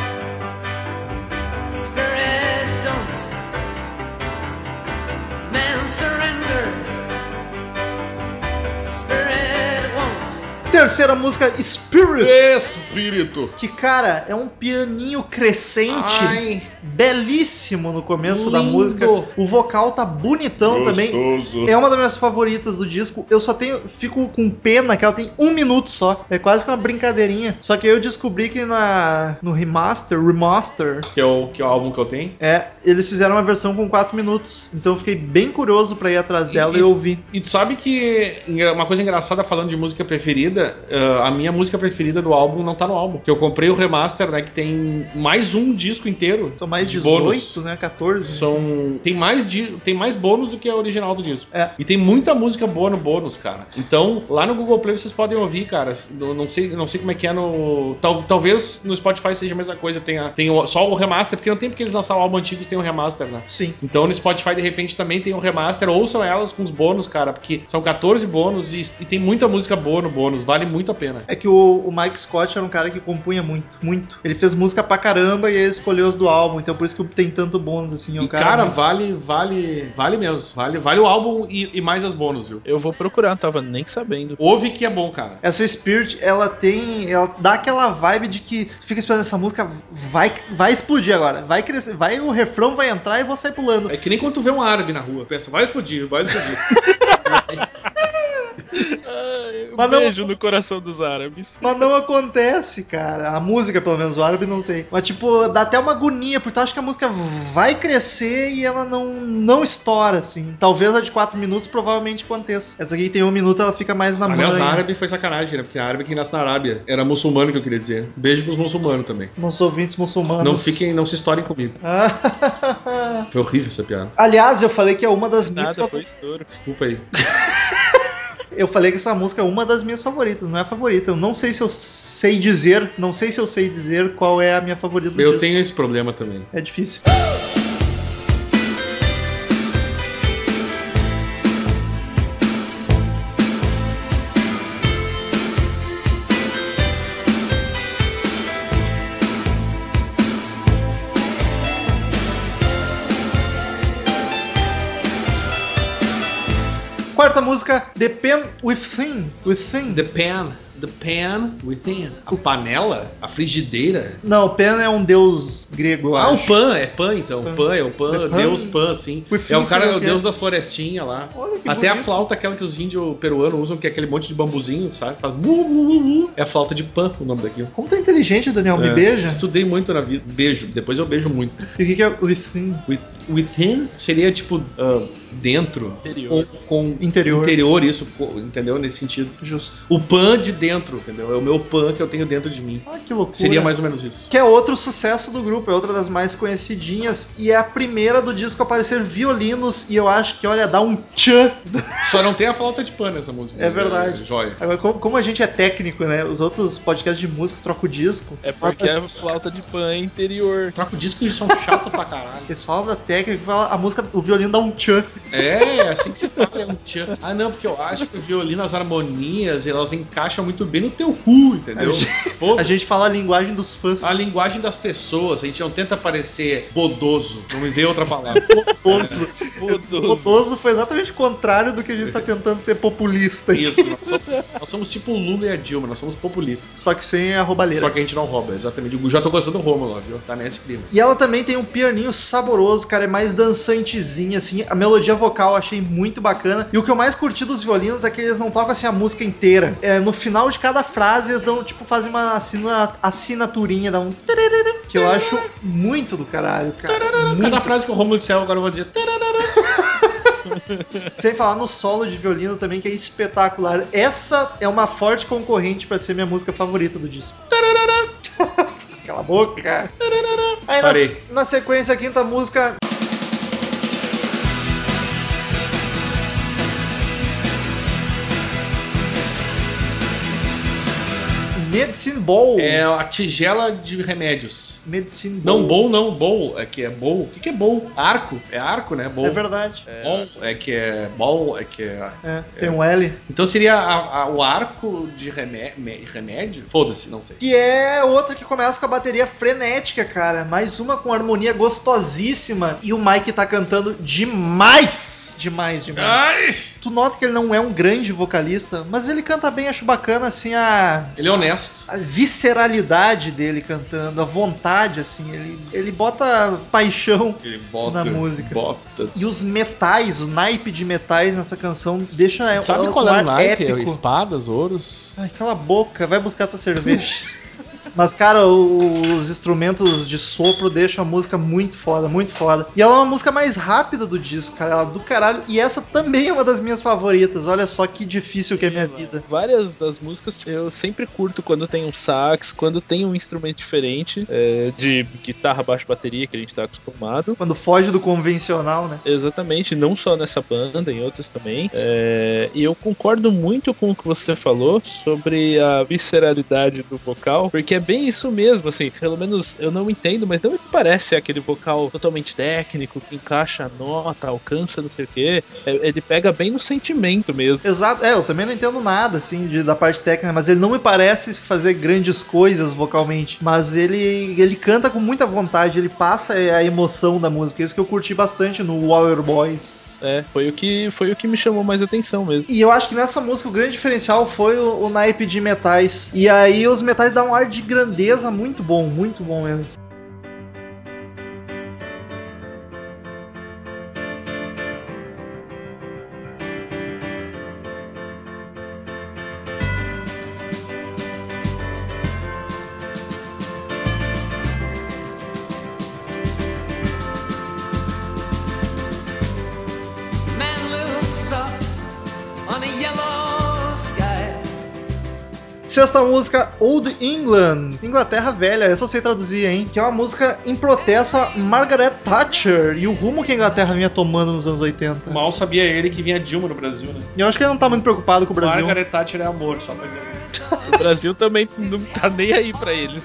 C: Spirit don't. Man surrenders. Spirit won't.
A: Terceira música, Spirit.
B: Espírito.
A: Que, cara, é um pianinho crescente, Então, belíssimo no começo da
B: Lindo.
A: música. O vocal tá
B: Então,
A: bonitão também. É uma das minhas favoritas do disco. Eu só tenho. Fico com pena que ela tem um minuto só. É quase que uma brincadeirinha. Só que eu descobri que na, no remaster, remaster,
B: Que é, o, que é o álbum que eu tenho.
A: é, eles fizeram uma versão com 4 minutos. Então eu fiquei bem curioso pra ir atrás dela e,
B: E-
A: ouvir.
B: E tu sabe que engra- uma coisa engraçada falando de música preferida, ah, a minha música preferida do álbum não tá no álbum. Que eu comprei o remaster, né? Que tem mais um disco inteiro.
A: São mais
B: de
A: 18,
B: bônus.
A: né? 14.
B: São. Tem mais, di- tem mais bônus do que a original do disco.
A: É.
B: E tem muita música boa no bônus, cara. Então, lá no Google Play vocês podem ouvir, cara. Eu Não sei, não sei como é que é no. tal- talvez no Spotify seja a mesma coisa. Tem, só o remaster, porque não tem porque eles lançaram o álbum antigo e tem o remaster, né?
A: Sim.
B: Então no Spotify de repente também tem um remaster, ouçam elas com os bônus, cara, porque são 14 bônus e, e tem muita música boa no bônus, vale muito a pena.
A: É que o, o Mike Scott era um cara que compunha muito, muito. Ele fez música pra caramba e ele escolheu os do álbum, então por isso que tem tanto bônus assim. é um
B: E cara,
A: muito-
B: vale, vale, vale mesmo. Vale, vale o álbum e, e mais as bônus, viu?
D: Eu vou procurar, não tava nem sabendo.
B: Ouve que é bom, cara.
A: essa Spirit, ela tem, ela dá aquela vibe de que tu fica esperando essa música vai vai explodir agora, vai crescer, vai o refrão vai entrar e vou sair pulando.
B: É que nem quando tu vê um árabe na rua, pensa, vai explodir, vai explodir.
D: Ai,
A: Mas não-
D: beijo no coração dos árabes.
A: Mas não acontece, cara. A música, pelo menos, o árabe, não sei. Mas, tipo, dá até uma agonia, porque tu acha que a música vai crescer e ela não, não estoura, assim. Talvez a de 4 minutos provavelmente aconteça. Essa aqui tem um minuto, ela fica mais na
B: Aliás,
A: manha.
B: árabe foi sacanagem, né? Porque árabe é quem nasce na Arábia. Era muçulmano que eu queria dizer. Beijo pros muçulmanos também.
A: Nossos ouvintes muçulmanos.
B: Não fiquem, não se estourem comigo.
A: Ah.
B: Foi horrível essa piada.
A: Aliás, eu falei que é uma das minhas.
D: Nada,
A: fa-
D: foi estouro.
B: Desculpa aí.
A: Eu falei que essa música é uma das minhas favoritas, não é a favorita. Eu não sei se eu sei dizer, não sei se eu sei dizer qual é a minha favorita. do
B: Eu
A: disco.
B: tenho esse problema também.
A: É difícil. Quarta música, The Pen Within. Within.
B: The pan, the pan within. A panela? A frigideira?
A: Não, Pen é um deus grego, eu
B: Ah,
A: acho.
B: o pan, é pan então.
A: Pan.
B: Pan, é o pan,
A: The pan-
B: deus pan, sim.
A: Within
B: É o cara, é
A: seria
B: o
A: o quê?
B: deus das florestinhas lá.
A: Olha que
B: Até a
A: bonito.
B: flauta, aquela que os índios peruanos usam, que é aquele monte de bambuzinho, sabe? Faz bu, bu, bu, bu. É a flauta de pan o nome daquilo.
A: Como tu é inteligente, Daniel, me
B: É.
A: beija.
B: Estudei muito na vida. Beijo. Depois eu beijo muito.
A: E o que, que é within?
B: With- Within seria tipo ah, dentro.
D: Interior.
B: Com, com
A: Interior.
B: interior, isso, co- entendeu? Nesse sentido.
A: Justo.
B: O pan de dentro, entendeu? É o meu pan que eu tenho dentro de mim.
A: Ah, que loucura.
B: Seria mais ou menos isso.
A: Que é outro sucesso do grupo, é outra das mais conhecidinhas e é a primeira do disco a aparecer violinos e eu acho que, olha, dá um tchan.
B: Só não tem a falta de pano nessa música.
A: É verdade.
B: Joia.
A: Agora, como, como a gente é técnico, né? Os outros podcasts de música trocam o disco.
D: É porque a
A: Mas-
D: flauta de pan é interior.
B: Troca o disco e são chato pra caralho.
A: Eles falam da técnica, falam, a música, o violino dá um tchan.
B: É, é assim que se fala, é um tchan. Ah, não, porque eu acho que o violino, as harmonias, elas encaixam muito muito bem no teu cu, entendeu?
A: A gente-
B: Foda-se.
A: A gente fala a linguagem dos fãs.
B: A linguagem das pessoas, a gente não tenta parecer bodoso, não me vê outra palavra.
A: Bodoso.
D: Foda-se.
A: Bodoso foi exatamente o contrário do que a gente tá tentando ser populista. aqui.
B: Isso, nós somos, nós somos tipo o Lula e a Dilma, nós somos populistas.
A: Só que sem a roubalheira.
B: Só que a gente não rouba, exatamente. Eu já tô gostando do Romulo, viu? Tá nesse clima.
A: E ela também tem um pianinho saboroso, cara, é mais dançantezinha, assim. A melodia vocal eu achei muito bacana. E o que eu mais curti dos violinos é que eles não tocam assim a música inteira. É, no final de cada frase eles dão, tipo, fazem uma assina- assinaturinha, dá um. tararara, Que eu acho muito do caralho, cara.
B: Cada
A: Muito.
B: frase que o Romulo disser, agora eu vou dizer. "Tá "Tararara".
A: Sem falar no solo de violino também, que é espetacular. Essa é uma forte concorrente pra ser minha música favorita do disco. Cala a boca. Aí na-
B: Parei.
A: na sequência, a quinta música Medicine Ball.
B: É a tigela de remédios.
A: Medicine Ball.
B: Não, bowl não, bowl. É que é bowl. O que, que é bowl? Arco. É arco, né? Bowl.
A: É verdade.
B: Bol, é que é bol, é que é.
A: É, Tem um L.
B: Então seria a- a- o arco de remé- me- remédio? Foda-se, não sei.
A: Que é outra que começa com a bateria frenética, cara. Mais uma com harmonia gostosíssima. E o Mike tá cantando demais! Demais, demais.
F: Ah!
B: Ai!
A: Tu nota que ele não é um grande vocalista, mas ele canta bem, acho bacana, assim, a,
B: Ele é honesto.
A: a visceralidade dele cantando, a vontade, assim, ele, ele bota paixão.
B: Ele bota.
A: Na música.
B: Bota.
A: E os metais, o naipe de metais nessa canção deixa
F: Sabe
A: ela
F: qual
A: com
F: era o
A: ar
F: naipe?
A: épico.
F: Espadas, ouros.
A: Ai, cala a boca, vai buscar tua cerveja. Mas, cara, o- os instrumentos de sopro deixam a música muito foda, muito foda. E ela é uma música mais rápida do disco, cara, ela é do caralho. E essa também é uma das minhas favoritas. Olha só que difícil que é a minha vida.
D: Várias das músicas tipo, eu sempre curto quando tem um sax, quando tem um instrumento diferente, é, de guitarra, baixo, bateria, que a gente tá acostumado.
A: Quando foge do convencional, né?
D: Exatamente, não só nessa banda, em outras também. É, e eu concordo muito com o que você falou sobre a visceralidade do vocal, porque é bem isso mesmo, assim. Pelo menos eu não entendo, mas não me parece aquele vocal totalmente técnico, que encaixa a nota, alcança, não sei o quê. É, ele pega bem no sentimento mesmo.
A: Exato, é, eu também não entendo nada, assim, de- da parte técnica, mas ele não me parece fazer grandes coisas vocalmente. Mas ele, ele canta com muita vontade, ele passa é, a emoção da música. É Isso que eu curti bastante no Water Boys.
D: É, foi o que, foi o que me chamou mais atenção mesmo.
A: E eu acho que nessa música o grande diferencial foi o, o naipe de metais. E aí os metais dão um ar de grandeza muito bom, muito bom mesmo.
C: Man looks up on a yellow sky.
A: Sexta música, Old England, Inglaterra Velha, essa eu sei traduzir, hein? Que é uma música em protesto a Margaret Thatcher e o rumo que a Inglaterra vinha tomando nos anos 80.
B: Mal sabia ele que vinha Dilma no Brasil, né?
A: E eu acho que ele não tá muito preocupado com o Brasil.
B: Margaret Thatcher é amor, só fazer isso.
D: O Brasil também não tá nem aí pra eles.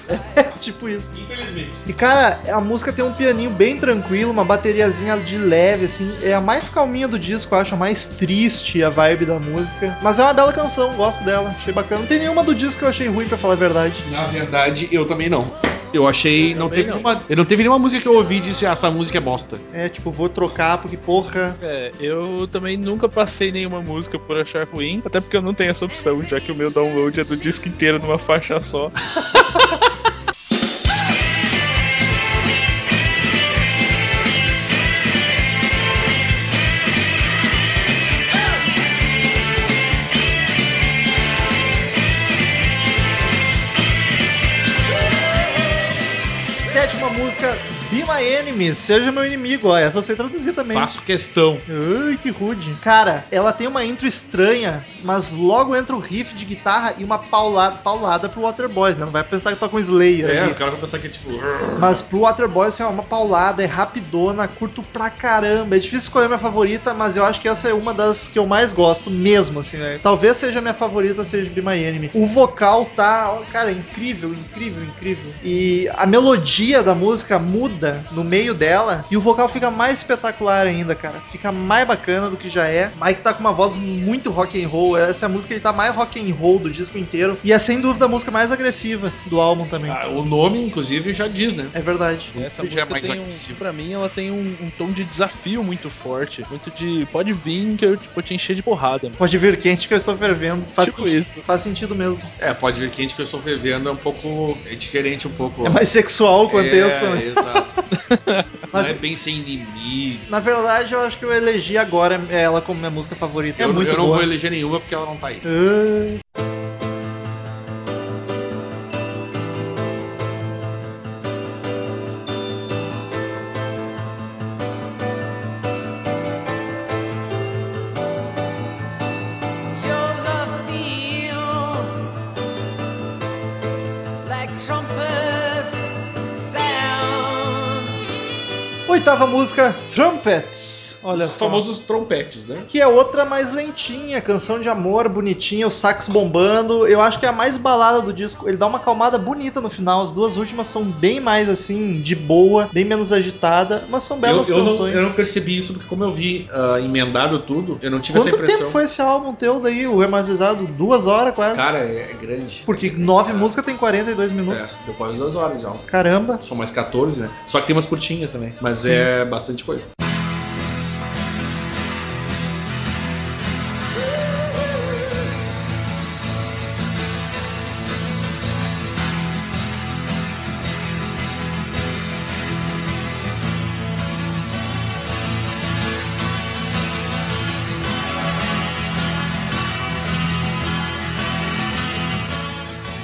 A: tipo isso.
B: Infelizmente.
A: E cara, a música tem um pianinho bem tranquilo, uma bateriazinha de leve, assim. É a mais calminha do disco, eu acho a mais triste a vibe da música. Mas é uma bela canção, gosto dela, achei bacana. Não tem nenhuma do disco que eu achei ruim, pra falar a verdade.
B: Na verdade, eu também não. Eu achei. Não teve, Nenhuma, eu não teve nenhuma música que eu ouvi e disse, ah, essa música é bosta.
A: É, tipo, vou trocar porque porra.
D: É, eu também nunca passei nenhuma música por achar ruim, até porque eu não tenho essa opção, já que o meu download é do disco inteiro numa faixa só.
A: Sétima música, Be My Enemy, Seja Meu Inimigo. Ó, essa eu sei traduzir também.
B: Faço questão.
A: Ai, que rude. Cara, ela tem uma intro estranha, mas logo entra o riff de guitarra e uma paulada, paulada pro Waterboys, né? Não vai pensar que toca um Slayer.
B: É,
A: aqui.
B: o cara vai pensar que é tipo.
A: Mas pro Waterboy, assim, é uma paulada, é rapidona, curto pra caramba. É difícil escolher minha favorita, mas eu acho que essa é uma das que eu mais gosto mesmo, assim, né? Talvez seja a minha favorita, seja Be My Enemy. O é vocal tá, ó, cara, incrível, incrível, incrível. E a melodia da música muda corrida no meio dela e o vocal fica mais espetacular ainda, cara. Fica mais bacana do que já é. Mike tá com uma voz muito rock and roll. Essa música ele tá mais rock and roll do disco inteiro e é sem dúvida a música mais agressiva do álbum também.
B: Ah, o nome, inclusive, já diz, né?
A: É verdade.
D: Essa
B: Já é
D: música
B: mais
D: tem um,
B: agressivo.
D: pra mim, ela tem um, um tom de desafio muito forte. Muito de pode vir que eu tipo, te encher de porrada, mano.
A: Pode vir quente que eu estou fervendo. Faz
D: Tipo
A: sentido.
D: isso.
A: Faz sentido mesmo.
B: É, pode vir quente que eu estou fervendo, é um pouco. É diferente um pouco.
A: É mais sexual o contexto, né?
B: É, exato.
A: Mas-
B: Não é bem sem inimigo.
A: Na verdade, eu acho que eu elegi agora é, ela como minha música favorita. é
B: Eu,
A: muito
B: eu não
A: boa.
B: vou eleger nenhuma porque ela não tá aí.
A: Ah,
C: Your love feels like trumpets sound.
A: Ah, Oitava música, Trumpets. Olha
B: Os
A: só.
B: famosos trompetes, né?
A: Que é outra mais lentinha, canção de amor, bonitinha, o sax bombando. Eu acho que é a mais balada do disco. Ele dá uma calmada bonita no final. As duas últimas são bem mais assim, de boa, bem menos agitada, mas são
B: Eu,
A: belas
B: eu, não,
A: canções.
B: eu não percebi isso porque, como eu vi ah, emendado tudo, eu não tive
A: Quanto
B: essa impressão.
A: tempo foi esse álbum teu daí, o remasterizado? Duas horas quase.
B: Cara, é, é grande.
A: Porque nove músicas tem 42 minutos.
B: É, deu quase duas horas já.
A: Caramba.
B: São mais 14, né? Só que tem umas curtinhas também. Mas é bastante coisa.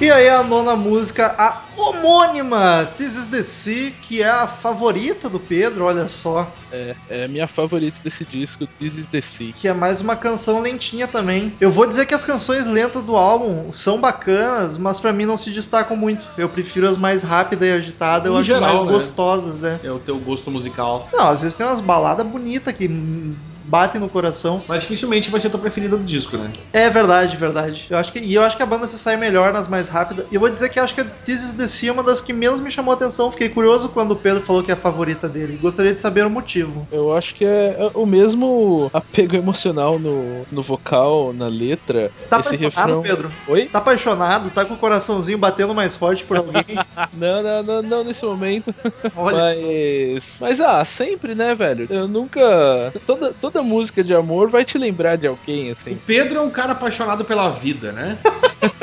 A: E aí a nona música, a homônima This is the Sea, que é a favorita do Pedro, olha só.
D: É a minha favorita desse disco, This is the Sea.
A: Que é mais uma canção lentinha também. Eu vou dizer que as canções lentas do álbum são bacanas, mas pra mim não se destacam muito. Eu prefiro as mais rápidas e agitadas, eu
B: Em
A: acho
B: geral,
A: mais
B: né?
A: gostosas, é.
B: É o teu gosto musical.
A: Não, às vezes tem umas baladas bonitas que hum, batem no coração.
B: Mas dificilmente vai ser a tua preferida do disco, né?
A: É verdade, verdade. Eu acho que, e eu acho que a banda se sai melhor nas mais rápidas. E eu vou dizer que acho que a This is the Sea é uma das que menos me chamou a atenção. Fiquei curioso quando o Pedro falou que é a favorita dele. Gostaria de saber o motivo.
D: Eu acho que é é o mesmo apego emocional no, no vocal, na letra.
A: Tá
D: esse
A: apaixonado,
D: refrão.
A: Pedro?
D: Oi?
A: Tá apaixonado? Tá com o coraçãozinho batendo mais forte por alguém?
D: Não, não, não, não nesse momento.
A: Olha só.
D: mas. Mas ah, sempre, né, velho? Eu nunca. Toda, toda música de amor vai te lembrar de alguém,
B: O
D: assim.
B: Pedro é um cara apaixonado pela vida, né?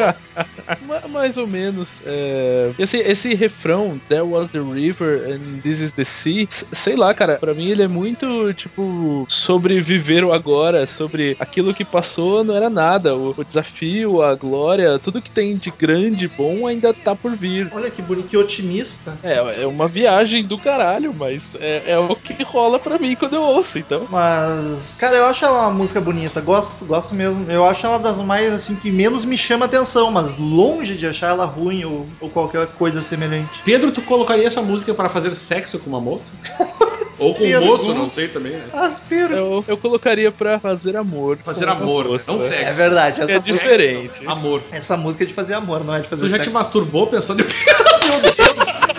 D: Ma- mais ou menos. é. Esse, esse refrão, There was the river and this is the sea, s- sei lá, cara, pra mim ele é muito, tipo, sobre viver o agora, sobre aquilo que passou não era nada, o, o desafio, a glória, tudo que tem de grande e bom ainda tá por vir.
A: Olha que bonito, que otimista.
D: É, é uma viagem do caralho, mas é, é o que rola pra mim quando eu ouço, então.
A: Mas, cara, eu acho ela uma música bonita, gosto, gosto mesmo. Eu acho ela das mais, assim, que menos me chama atenção, mas longe de achar ela ruim ou, ou qualquer coisa semelhante.
B: Pedro, tu colocaria essa música para fazer sexo com uma moça? Ou com um
A: Pedro,
B: moço,
A: como?
B: não sei também, né?
A: Aspiro.
D: Eu, eu colocaria pra fazer amor.
B: Fazer
D: com
B: amor, né?
D: moça.
B: não sexo.
A: É verdade, essa
D: É
A: música-
D: diferente.
B: Amor.
A: Essa música é de fazer amor, não é de fazer
B: Tu já te
A: sexo.
B: masturbou pensando que. Meu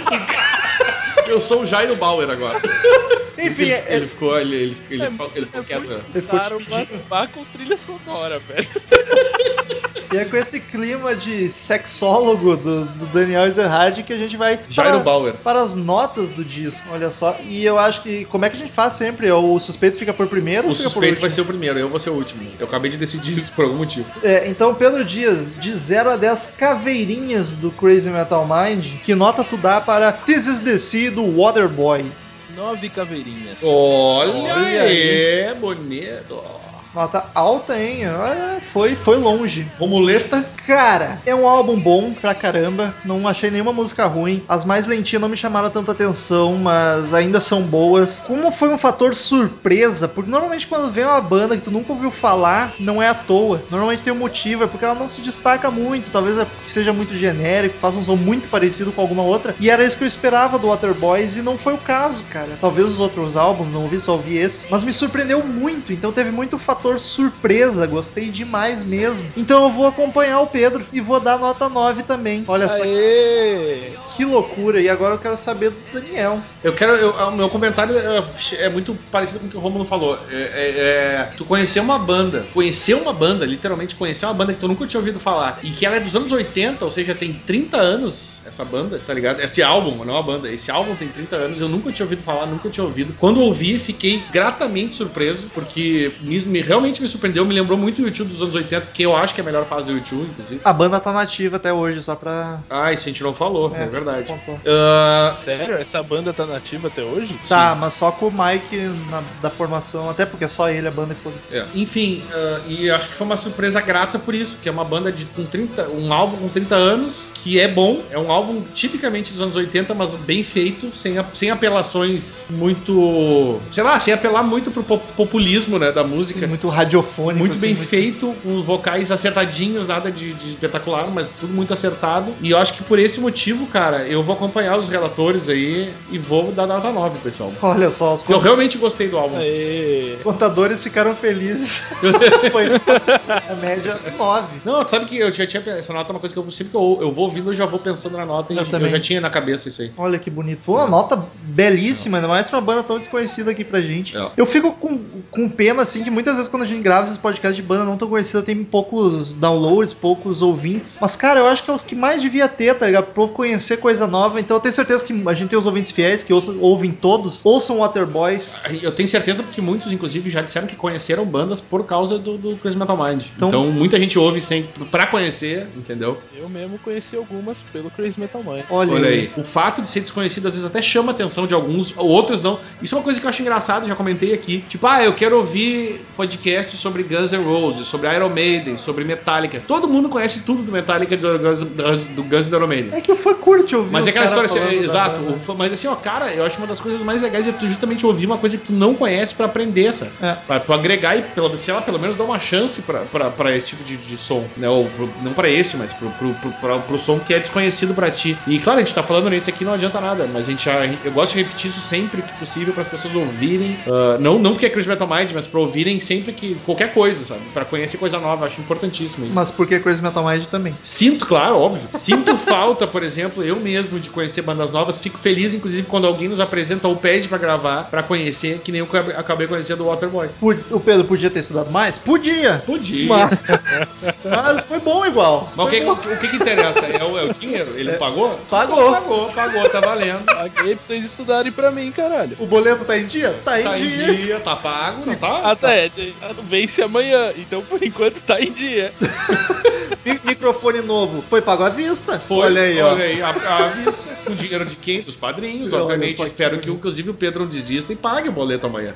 B: Deus! Eu sou o Jairo Bauer agora.
A: Enfim,
B: ele,
A: é-
B: ele ficou. Ele, ele, ele,
D: É,
B: ficou- ele ficou
D: é
B: quieto.
D: muito-
B: né?
A: Ficou
D: Cara,
A: te
D: uma vá com trilha sonora, velho.
A: e é com esse clima de sexólogo do, do Daniel Ezerhard que a gente vai
B: Jairo
A: para,
B: Bauer.
A: para as notas do disco, olha só. E eu acho que, como é que a gente faz sempre? O suspeito fica por primeiro
B: O
A: ou fica
B: suspeito
A: por
B: vai
A: último?
B: ser o primeiro, eu vou ser o último. Eu acabei de decidir isso por algum motivo.
A: É, então, Pedro Dias, de 0 a 10 caveirinhas do Crazy Metal Mind, que nota tu dá para This is the Sea do Waterboys?
D: Nove caveirinhas.
B: Olha,
A: Olha aí.
B: é bonito.
A: Nota alta, hein? Olha, Foi, foi longe.
B: Romuleta.
A: Cara, é um álbum bom pra caramba. Não achei nenhuma música ruim. As mais lentinhas não me chamaram tanta atenção, mas ainda são boas. Como foi um fator surpresa, porque normalmente quando vem uma banda que tu nunca ouviu falar, não é à toa. Normalmente tem um motivo, é porque ela não se destaca muito. Talvez é porque seja muito genérico, faça um som muito parecido com alguma outra. E era isso que eu esperava do Waterboys e não foi o caso, cara. Talvez os outros álbuns, não ouvi, só ouvi esse. Mas me surpreendeu muito, então teve muito fator fator surpresa. Gostei demais mesmo. Então eu vou acompanhar o Pedro e vou dar nota 9 também. Olha só
D: Aê!
A: que loucura. E agora eu quero saber do Daniel.
B: Eu quero. eu- o meu comentário é, é muito parecido com o que o Romulo falou. É, é- é, tu conhecer uma banda, conhecer uma banda, literalmente conhecer uma banda que tu nunca tinha ouvido falar e que ela é dos anos 80, ou seja, tem 30 anos essa banda, tá ligado? Esse álbum, não é uma banda, esse álbum tem 30 anos, eu nunca tinha ouvido falar, nunca tinha ouvido. Quando ouvi, fiquei gratamente surpreso, porque me- me- realmente me surpreendeu, me lembrou muito o YouTube dos anos 80, que eu acho que é a melhor fase do YouTube, inclusive.
A: A banda tá nativa até hoje, só pra.
B: Ah, isso a gente não falou, é, verdade.
A: contou.
B: Ah,
D: Sério? Essa banda tá nativa até hoje?
A: Tá, mas só com o Mike na- da formação, até porque é só ele a banda que foi.
B: É. Enfim, ah, e acho que foi uma surpresa grata por isso, que é uma banda de com 30, um álbum com 30 anos, que é bom, é um álbum tipicamente dos anos 80, mas bem feito, sem, a- sem apelações muito, sei lá, sem apelar muito pro pop- populismo, né, da música. Muito
A: Muito radiofônico. assim,
B: bem feito, com vocais acertadinhos, nada de, de espetacular, mas tudo muito acertado. E eu acho que por esse motivo, cara, eu vou acompanhar os relatores aí e vou dar nota 9, pessoal.
A: Olha só, os
B: Eu realmente gostei do álbum.
D: Aê!
A: Os contadores ficaram felizes. Foi a média 9.
B: Não, tu sabe que eu já tinha. Essa nota é uma coisa que eu sempre que eu, eu vou ouvindo, eu já vou pensando na nota. e
D: Eu
B: eu,
D: também.
B: já tinha na cabeça isso aí.
A: Olha que bonito. Foi uma nota belíssima, ainda mais pra uma banda tão desconhecida aqui pra gente.
B: É.
A: Eu fico com, com pena, assim, que muitas vezes quando a gente grava esses podcasts de banda não tão conhecida, tem poucos downloads, poucos ouvintes. Mas, cara, eu acho que é os que mais devia ter, tá ligado? Pra povo conhecer coisa nova. Então eu tenho certeza que a gente tem os ouvintes fiéis, que ouçam- ouvem todos. Ouçam Waterboys.
B: Eu tenho certeza porque muitos, inclusive, já disseram que conheceram bandas por causa do, do Crazy Metal Mind.
A: Então-
B: Então, muita gente ouve sem, pra conhecer, entendeu?
D: Eu mesmo conheci algumas pelo Crazy Metal Mind.
A: Olha,
B: Olha aí. O fato de ser desconhecido às vezes até chama a atenção de alguns, outros não. Isso é uma coisa que eu acho engraçado, já comentei aqui. Tipo, ah, eu quero ouvir podcast sobre Guns N' Roses, sobre Iron Maiden, sobre Metallica. Todo mundo conhece tudo do Metallica e do Guns, do Guns e do Iron Maiden.
A: É que foi curte ouvir
B: Mas
A: os
B: é aquela
A: caras
B: história, assim,
A: falando da
B: exato.
A: banda.
B: o fã- Mas assim, ó, cara, eu acho uma das coisas mais legais é tu justamente ouvir uma coisa que tu não conhece pra aprender, sabe?
A: É.
B: Pra tu agregar e, pelo, sei lá, pelo menos dar uma chance pra, pra, pra esse tipo de, de som, né? Ou pro- não pra esse, mas pro, pro, pro, pra- pro som que é desconhecido pra ti. E claro, a gente tá falando nisso aqui, não adianta nada, mas a gente já, eu gosto de repetir isso sempre que possível pras pessoas ouvirem. ah, não, não porque é Chris Metal Mind, mas pra ouvirem sempre que qualquer coisa, sabe? Pra conhecer coisa nova, acho importantíssimo isso.
A: Mas porque Crazy Metal Mind também.
B: Sinto, claro, óbvio. Sinto falta, por exemplo, eu mesmo de conhecer bandas novas. Fico feliz, inclusive, quando alguém nos apresenta ou pede pra gravar, pra conhecer, que nem eu acabe- acabei conhecendo o Waterboys.
A: Por- O Pedro podia ter estudado mais? Podia!
B: Podia. Mas,
A: Mas, mas foi bom igual.
B: o, que,
A: Foi bom.
B: o que que interessa? É o, é o dinheiro? Ele pagou? Então
A: Pagou.
B: Pagou, pagou, tá valendo.
D: Paguei pra vocês estudarem pra mim, caralho.
A: O boleto tá em dia? Tá em
B: Tá em
A: dia.
B: dia, tá pago, não tá?
D: Até, vence amanhã, então por enquanto tá em dia.
A: Mi- Microfone novo. Foi pago à vista?
B: Foi,
A: Olha aí, ó.
B: olha aí, a, a vista, com dinheiro de quem? Dos padrinhos,
A: Olha
B: obviamente.
A: só que
B: Espero que,
A: bonito.
B: inclusive, o Pedro não desista e pague o boleto amanhã.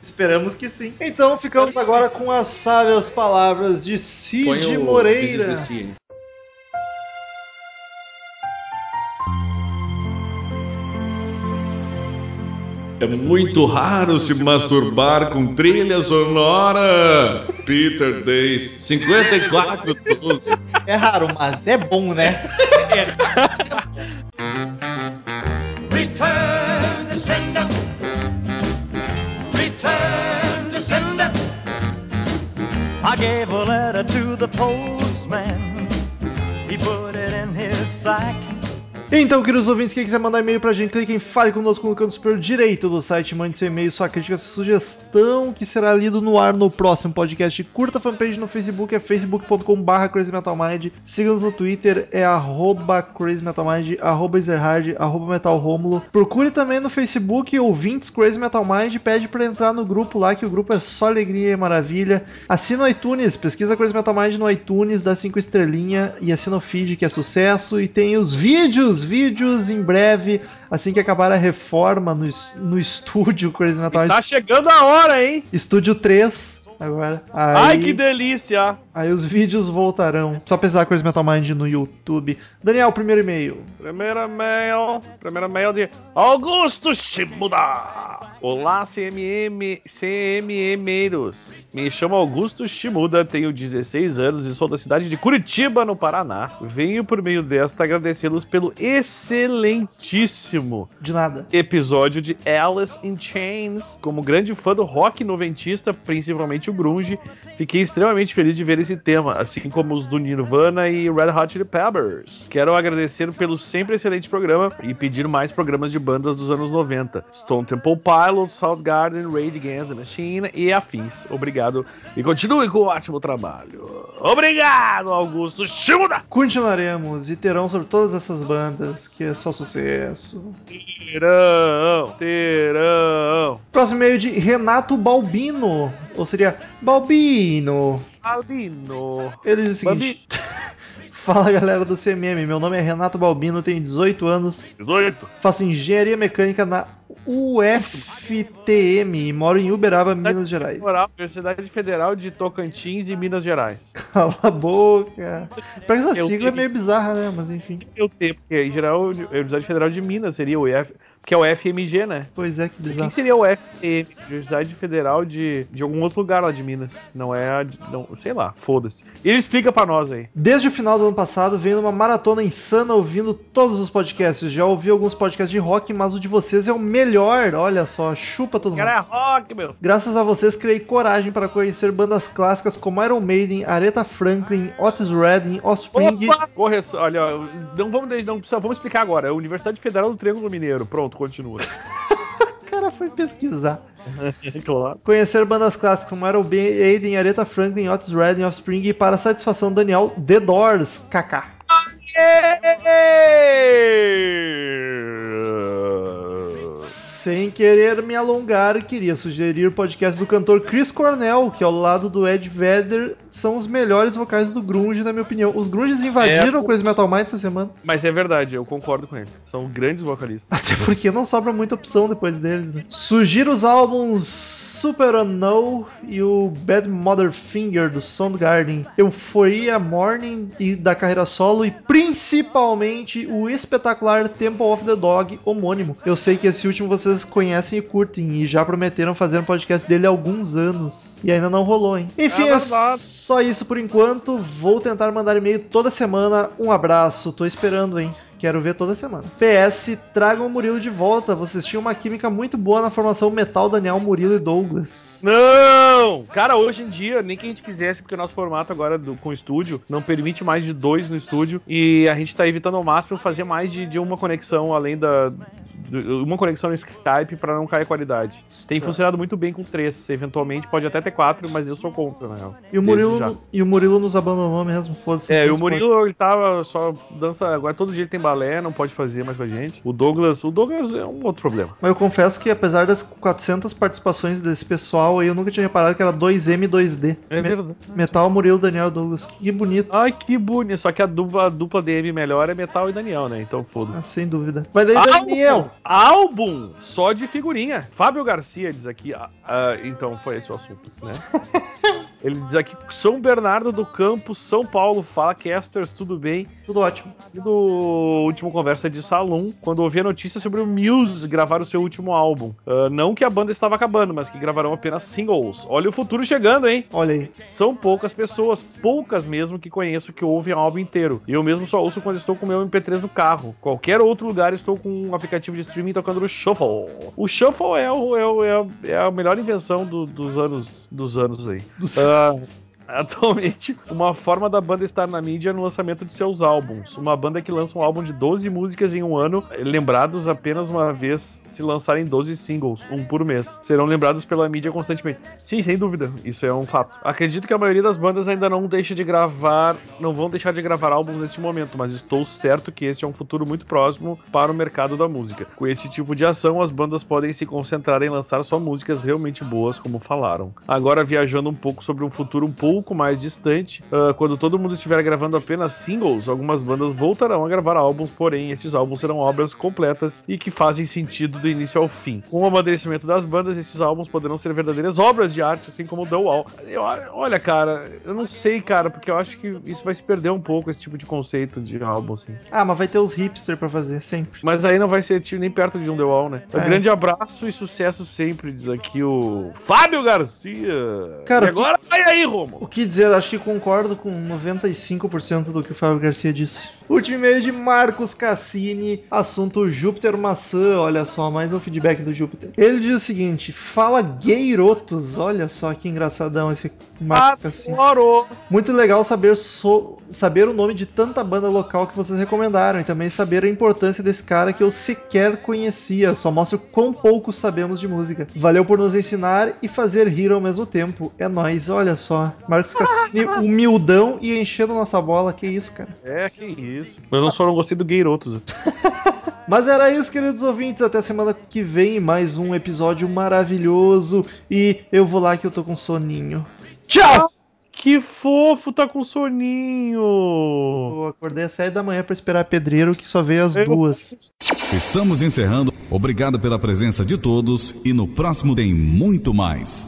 A: Esperamos que sim. Então ficamos agora com as sábias palavras de
B: Põe
A: Cid
B: o
A: Moreira.
B: This is the Sea aí. É muito raro se masturbar com trilha sonora. Peter Days 5412.
A: É raro, mas é bom, né?
C: Return to sender. Return to sender. I gave a letter to the postman. He put it in his sack.
A: Então, queridos ouvintes, quem quiser mandar e-mail pra gente, clique em Fale Conosco no canto superior direito do site. Mande seu e-mail, sua crítica, sua sugestão, que será lido no ar no próximo podcast. Curta a fanpage no Facebook, é facebook.com.br crazymetalmind. Siga-nos no Twitter, é arroba crazymetalmind, arroba ezerhard, arroba metalromulo. Procure também no Facebook, ouvintes Crazy Metal Mind, pede pra entrar no grupo lá, que o grupo é só alegria e maravilha. Assina o iTunes, pesquisa Crazy Metal Mind no iTunes, dá 5 estrelinha e assina o feed que é sucesso. E tem os vídeos, vídeos em breve, assim que acabar a reforma no, es- no estúdio Crazy Metal Mind
D: chegando a tá hora, hein?
A: Estúdio Ah, 3.
G: agora.
F: Ai,
G: Aí-
F: que delícia!
G: Aí os vídeos voltarão. Só pesquisar Crazy Metal Mind no YouTube. Daniel, primeiro e-mail.
F: Primeira mail, primeira mail de Augusto Shimuda. Olá, CMM, CMMeiros. Me chamo Augusto Shimuda, tenho 16 anos e sou da cidade de Curitiba, no Paraná. Venho por meio desta agradecê-los pelo excelentíssimo
G: De nada.
F: episódio de Alice in Chains. Como grande fã do rock noventista, principalmente o grunge, fiquei extremamente feliz de ver esse tema, assim como os do Nirvana e Red Hot Chili Peppers. Quero agradecer pelo sempre excelente programa e pedir mais programas de bandas dos anos 90. Stone Temple Pilots, Soundgarden, Rage Against the Machine e afins. Obrigado e continue com o ótimo trabalho. Obrigado, Augusto Shimuda!
G: Continuaremos e terão sobre todas essas bandas, que é só sucesso.
F: Terão, terão.
G: Próximo e-mail de Renato Balbino. Ou seria Balbino.
F: Albino.
G: Ele diz o seguinte. Fala galera do CMM, meu nome é Renato Balbino, tenho 18 anos,
F: 18.
G: faço engenharia mecânica na UFTM e moro em Uberaba, Minas Gerais.
F: Federal, Universidade Federal de Tocantins e Minas Gerais.
G: Cala a boca. Pior que essa
F: Eu
G: sigla é
F: tenho-
G: meio bizarra, né? Mas enfim.
F: Eu tenho, porque em geral a Universidade Federal de Minas seria o UF, porque é o FMG, né?
G: Pois é, que
F: Quem
G: bizarro.
F: seria o UFM? Universidade Federal de, de algum outro lugar lá de Minas. Não é a. de- Não, sei lá, foda-se. Ele explica pra nós aí.
G: Desde o final do ano passado, venho numa maratona insana ouvindo todos os podcasts. Já ouvi alguns podcasts de rock, mas o de vocês é o melhor. Olha só, chupa todo mundo.
F: Cara, é rock, meu.
G: Graças a vocês, criei coragem para conhecer bandas clássicas como Iron Maiden, Aretha Franklin, Otis Redding, Offspring.
F: Opa! Correção, olha, ó, não vamos, deixar- não precisa, vamos explicar agora. É a Universidade Federal do Triângulo Mineiro. Pronto, continua.
G: O cara foi pesquisar.
F: claro.
G: Conhecer bandas clássicas como Iron Maiden, Aretha Franklin, Otis Redding, Offspring e, para satisfação do Daniel, The Doors, KK. Sem querer me alongar, queria sugerir o podcast do cantor Chris Cornell, que ao lado do Ed Vedder são os melhores vocais do grunge, na minha opinião. Os grunges invadiram o Crazy Metal Mind essa semana,
F: Mas é verdade, eu concordo com ele. São grandes vocalistas.
G: até porque não sobra muita opção depois deles. Né? Sugiro os álbuns Super Unknown e o Bad Mother Finger do Soundgarden, Euphoria Morning e da carreira solo e principalmente o espetacular Temple of the Dog homônimo. Eu sei que esse último vocês conhecem e curtem e já prometeram fazer um podcast dele há alguns anos e ainda não rolou, hein? Enfim,
F: É
G: é
F: verdade.
G: só isso por enquanto. Vou tentar mandar e-mail toda semana. Um abraço, tô esperando, hein? Quero ver toda semana. PS, tragam o Murilo de volta. Vocês tinham uma química muito boa na formação metal Daniel, Murilo e Douglas.
F: Não! Cara, hoje em dia, nem que a gente quisesse, porque o nosso formato agora do, com estúdio não permite mais de dois no estúdio. E a gente tá evitando ao máximo fazer mais de, de uma conexão além da. do- Uma conexão no Skype pra não cair a qualidade. Tem funcionado muito bem com três. Eventualmente pode até ter quatro, mas eu sou contra, na real.
G: E o
F: Desde já.
G: Murilo, e o Murilo nos abandonou mesmo, foda-se.
F: É, e o
G: Fez
F: Murilo, ele tava só dança. Agora todo dia ele tem balé, não pode fazer mais com a gente. O Douglas, o Douglas é um outro problema.
G: Mas eu confesso que apesar das 400 participações desse pessoal, aí, eu nunca tinha reparado que era 2M e 2D. Me-
F: É verdade.
G: Metal, Murilo, Daniel e Douglas. Que bonito.
F: Ai, que bonito. Só que a dupla, a dupla DM melhor é Metal e Daniel, né? Então, foda-se.
G: Ah, sem dúvida. Mas daí,
F: Álbum,
G: Daniel,
F: álbum só de figurinha. Fábio Garcia diz aqui. ah, ah, então, foi esse o assunto, né? Ele diz aqui: São Bernardo do Campo, São Paulo. Fala, Casters, tudo bem?
G: tudo ótimo.
F: E do último conversa de Salum, quando ouvi a notícia sobre o Muse gravar o seu último álbum. Ah, não que a banda estava acabando, mas que gravarão apenas singles. Olha o futuro chegando, hein?
G: Olha aí.
F: São poucas pessoas, poucas mesmo, que conheço que ouvem o álbum inteiro. Eu mesmo só ouço quando estou com o meu MP3 no carro. Qualquer outro lugar estou com um aplicativo de streaming tocando no Shuffle. O Shuffle é, o- é o- é a- é a melhor invenção do- dos anos dos anos aí. Ah, Atualmente, uma forma da banda estar na mídia é no lançamento de seus álbuns. Uma banda que lança um álbum de 12 músicas em um ano, lembrados apenas uma vez se lançarem 12 singles, um por mês. Serão lembrados pela mídia constantemente. Sim, sem dúvida, isso é um fato. Acredito que a maioria das bandas ainda não deixa de gravar, não vão deixar de gravar álbuns neste momento, mas estou certo que este é um futuro muito próximo para o mercado da música. Com este tipo de ação, as bandas podem se concentrar em lançar só músicas realmente boas, como falaram. Agora viajando um pouco sobre um futuro um pouco pouco mais distante, ah, quando todo mundo estiver gravando apenas singles, algumas bandas voltarão a gravar álbuns, porém esses álbuns serão obras completas e que fazem sentido do início ao fim. Com o amadurecimento das bandas, esses álbuns poderão ser verdadeiras obras de arte, assim como The Wall. Eu- olha, cara, eu não sei, cara, porque eu acho que isso vai se perder um pouco, esse tipo de conceito de álbum, assim.
G: Ah, mas vai ter os hipster pra fazer sempre.
F: Mas aí não vai ser time nem perto de um The Wall, né?
G: É.
F: Um grande abraço e sucesso sempre, diz aqui o Fábio Garcia.
G: Cara,
F: e agora vai aí, Romulo.
G: O que dizer? Acho que concordo com 95% do que o Fábio Garcia disse. Último e-mail de Marcos Cassini, assunto Júpiter Maçã. Olha só, mais um feedback do Júpiter. Ele diz o seguinte: fala gayrotos. Olha só que engraçadão esse Marcos Cassini.
F: Adoro.
G: Muito legal saber, so- saber o nome de tanta banda local que vocês recomendaram e também saber a importância desse cara que eu sequer conhecia. Só mostra o quão pouco sabemos de música. Valeu por nos ensinar e fazer rir ao mesmo tempo. É nóis, olha só. Marcos Cassini, humildão e enchendo nossa bola. Que isso, cara.
F: É, que isso. Mas eu só não gostei do Gueirotos.
G: Mas era isso, queridos ouvintes. Até semana que vem, mais um episódio maravilhoso. E eu vou lá que eu tô com soninho. Tchau!
F: Que fofo, tá com soninho.
G: Eu acordei às 7 da manhã pra esperar pedreiro que só veio às
F: Eu-
G: duas.
H: Estamos encerrando. Obrigado pela presença de todos e no próximo tem muito mais.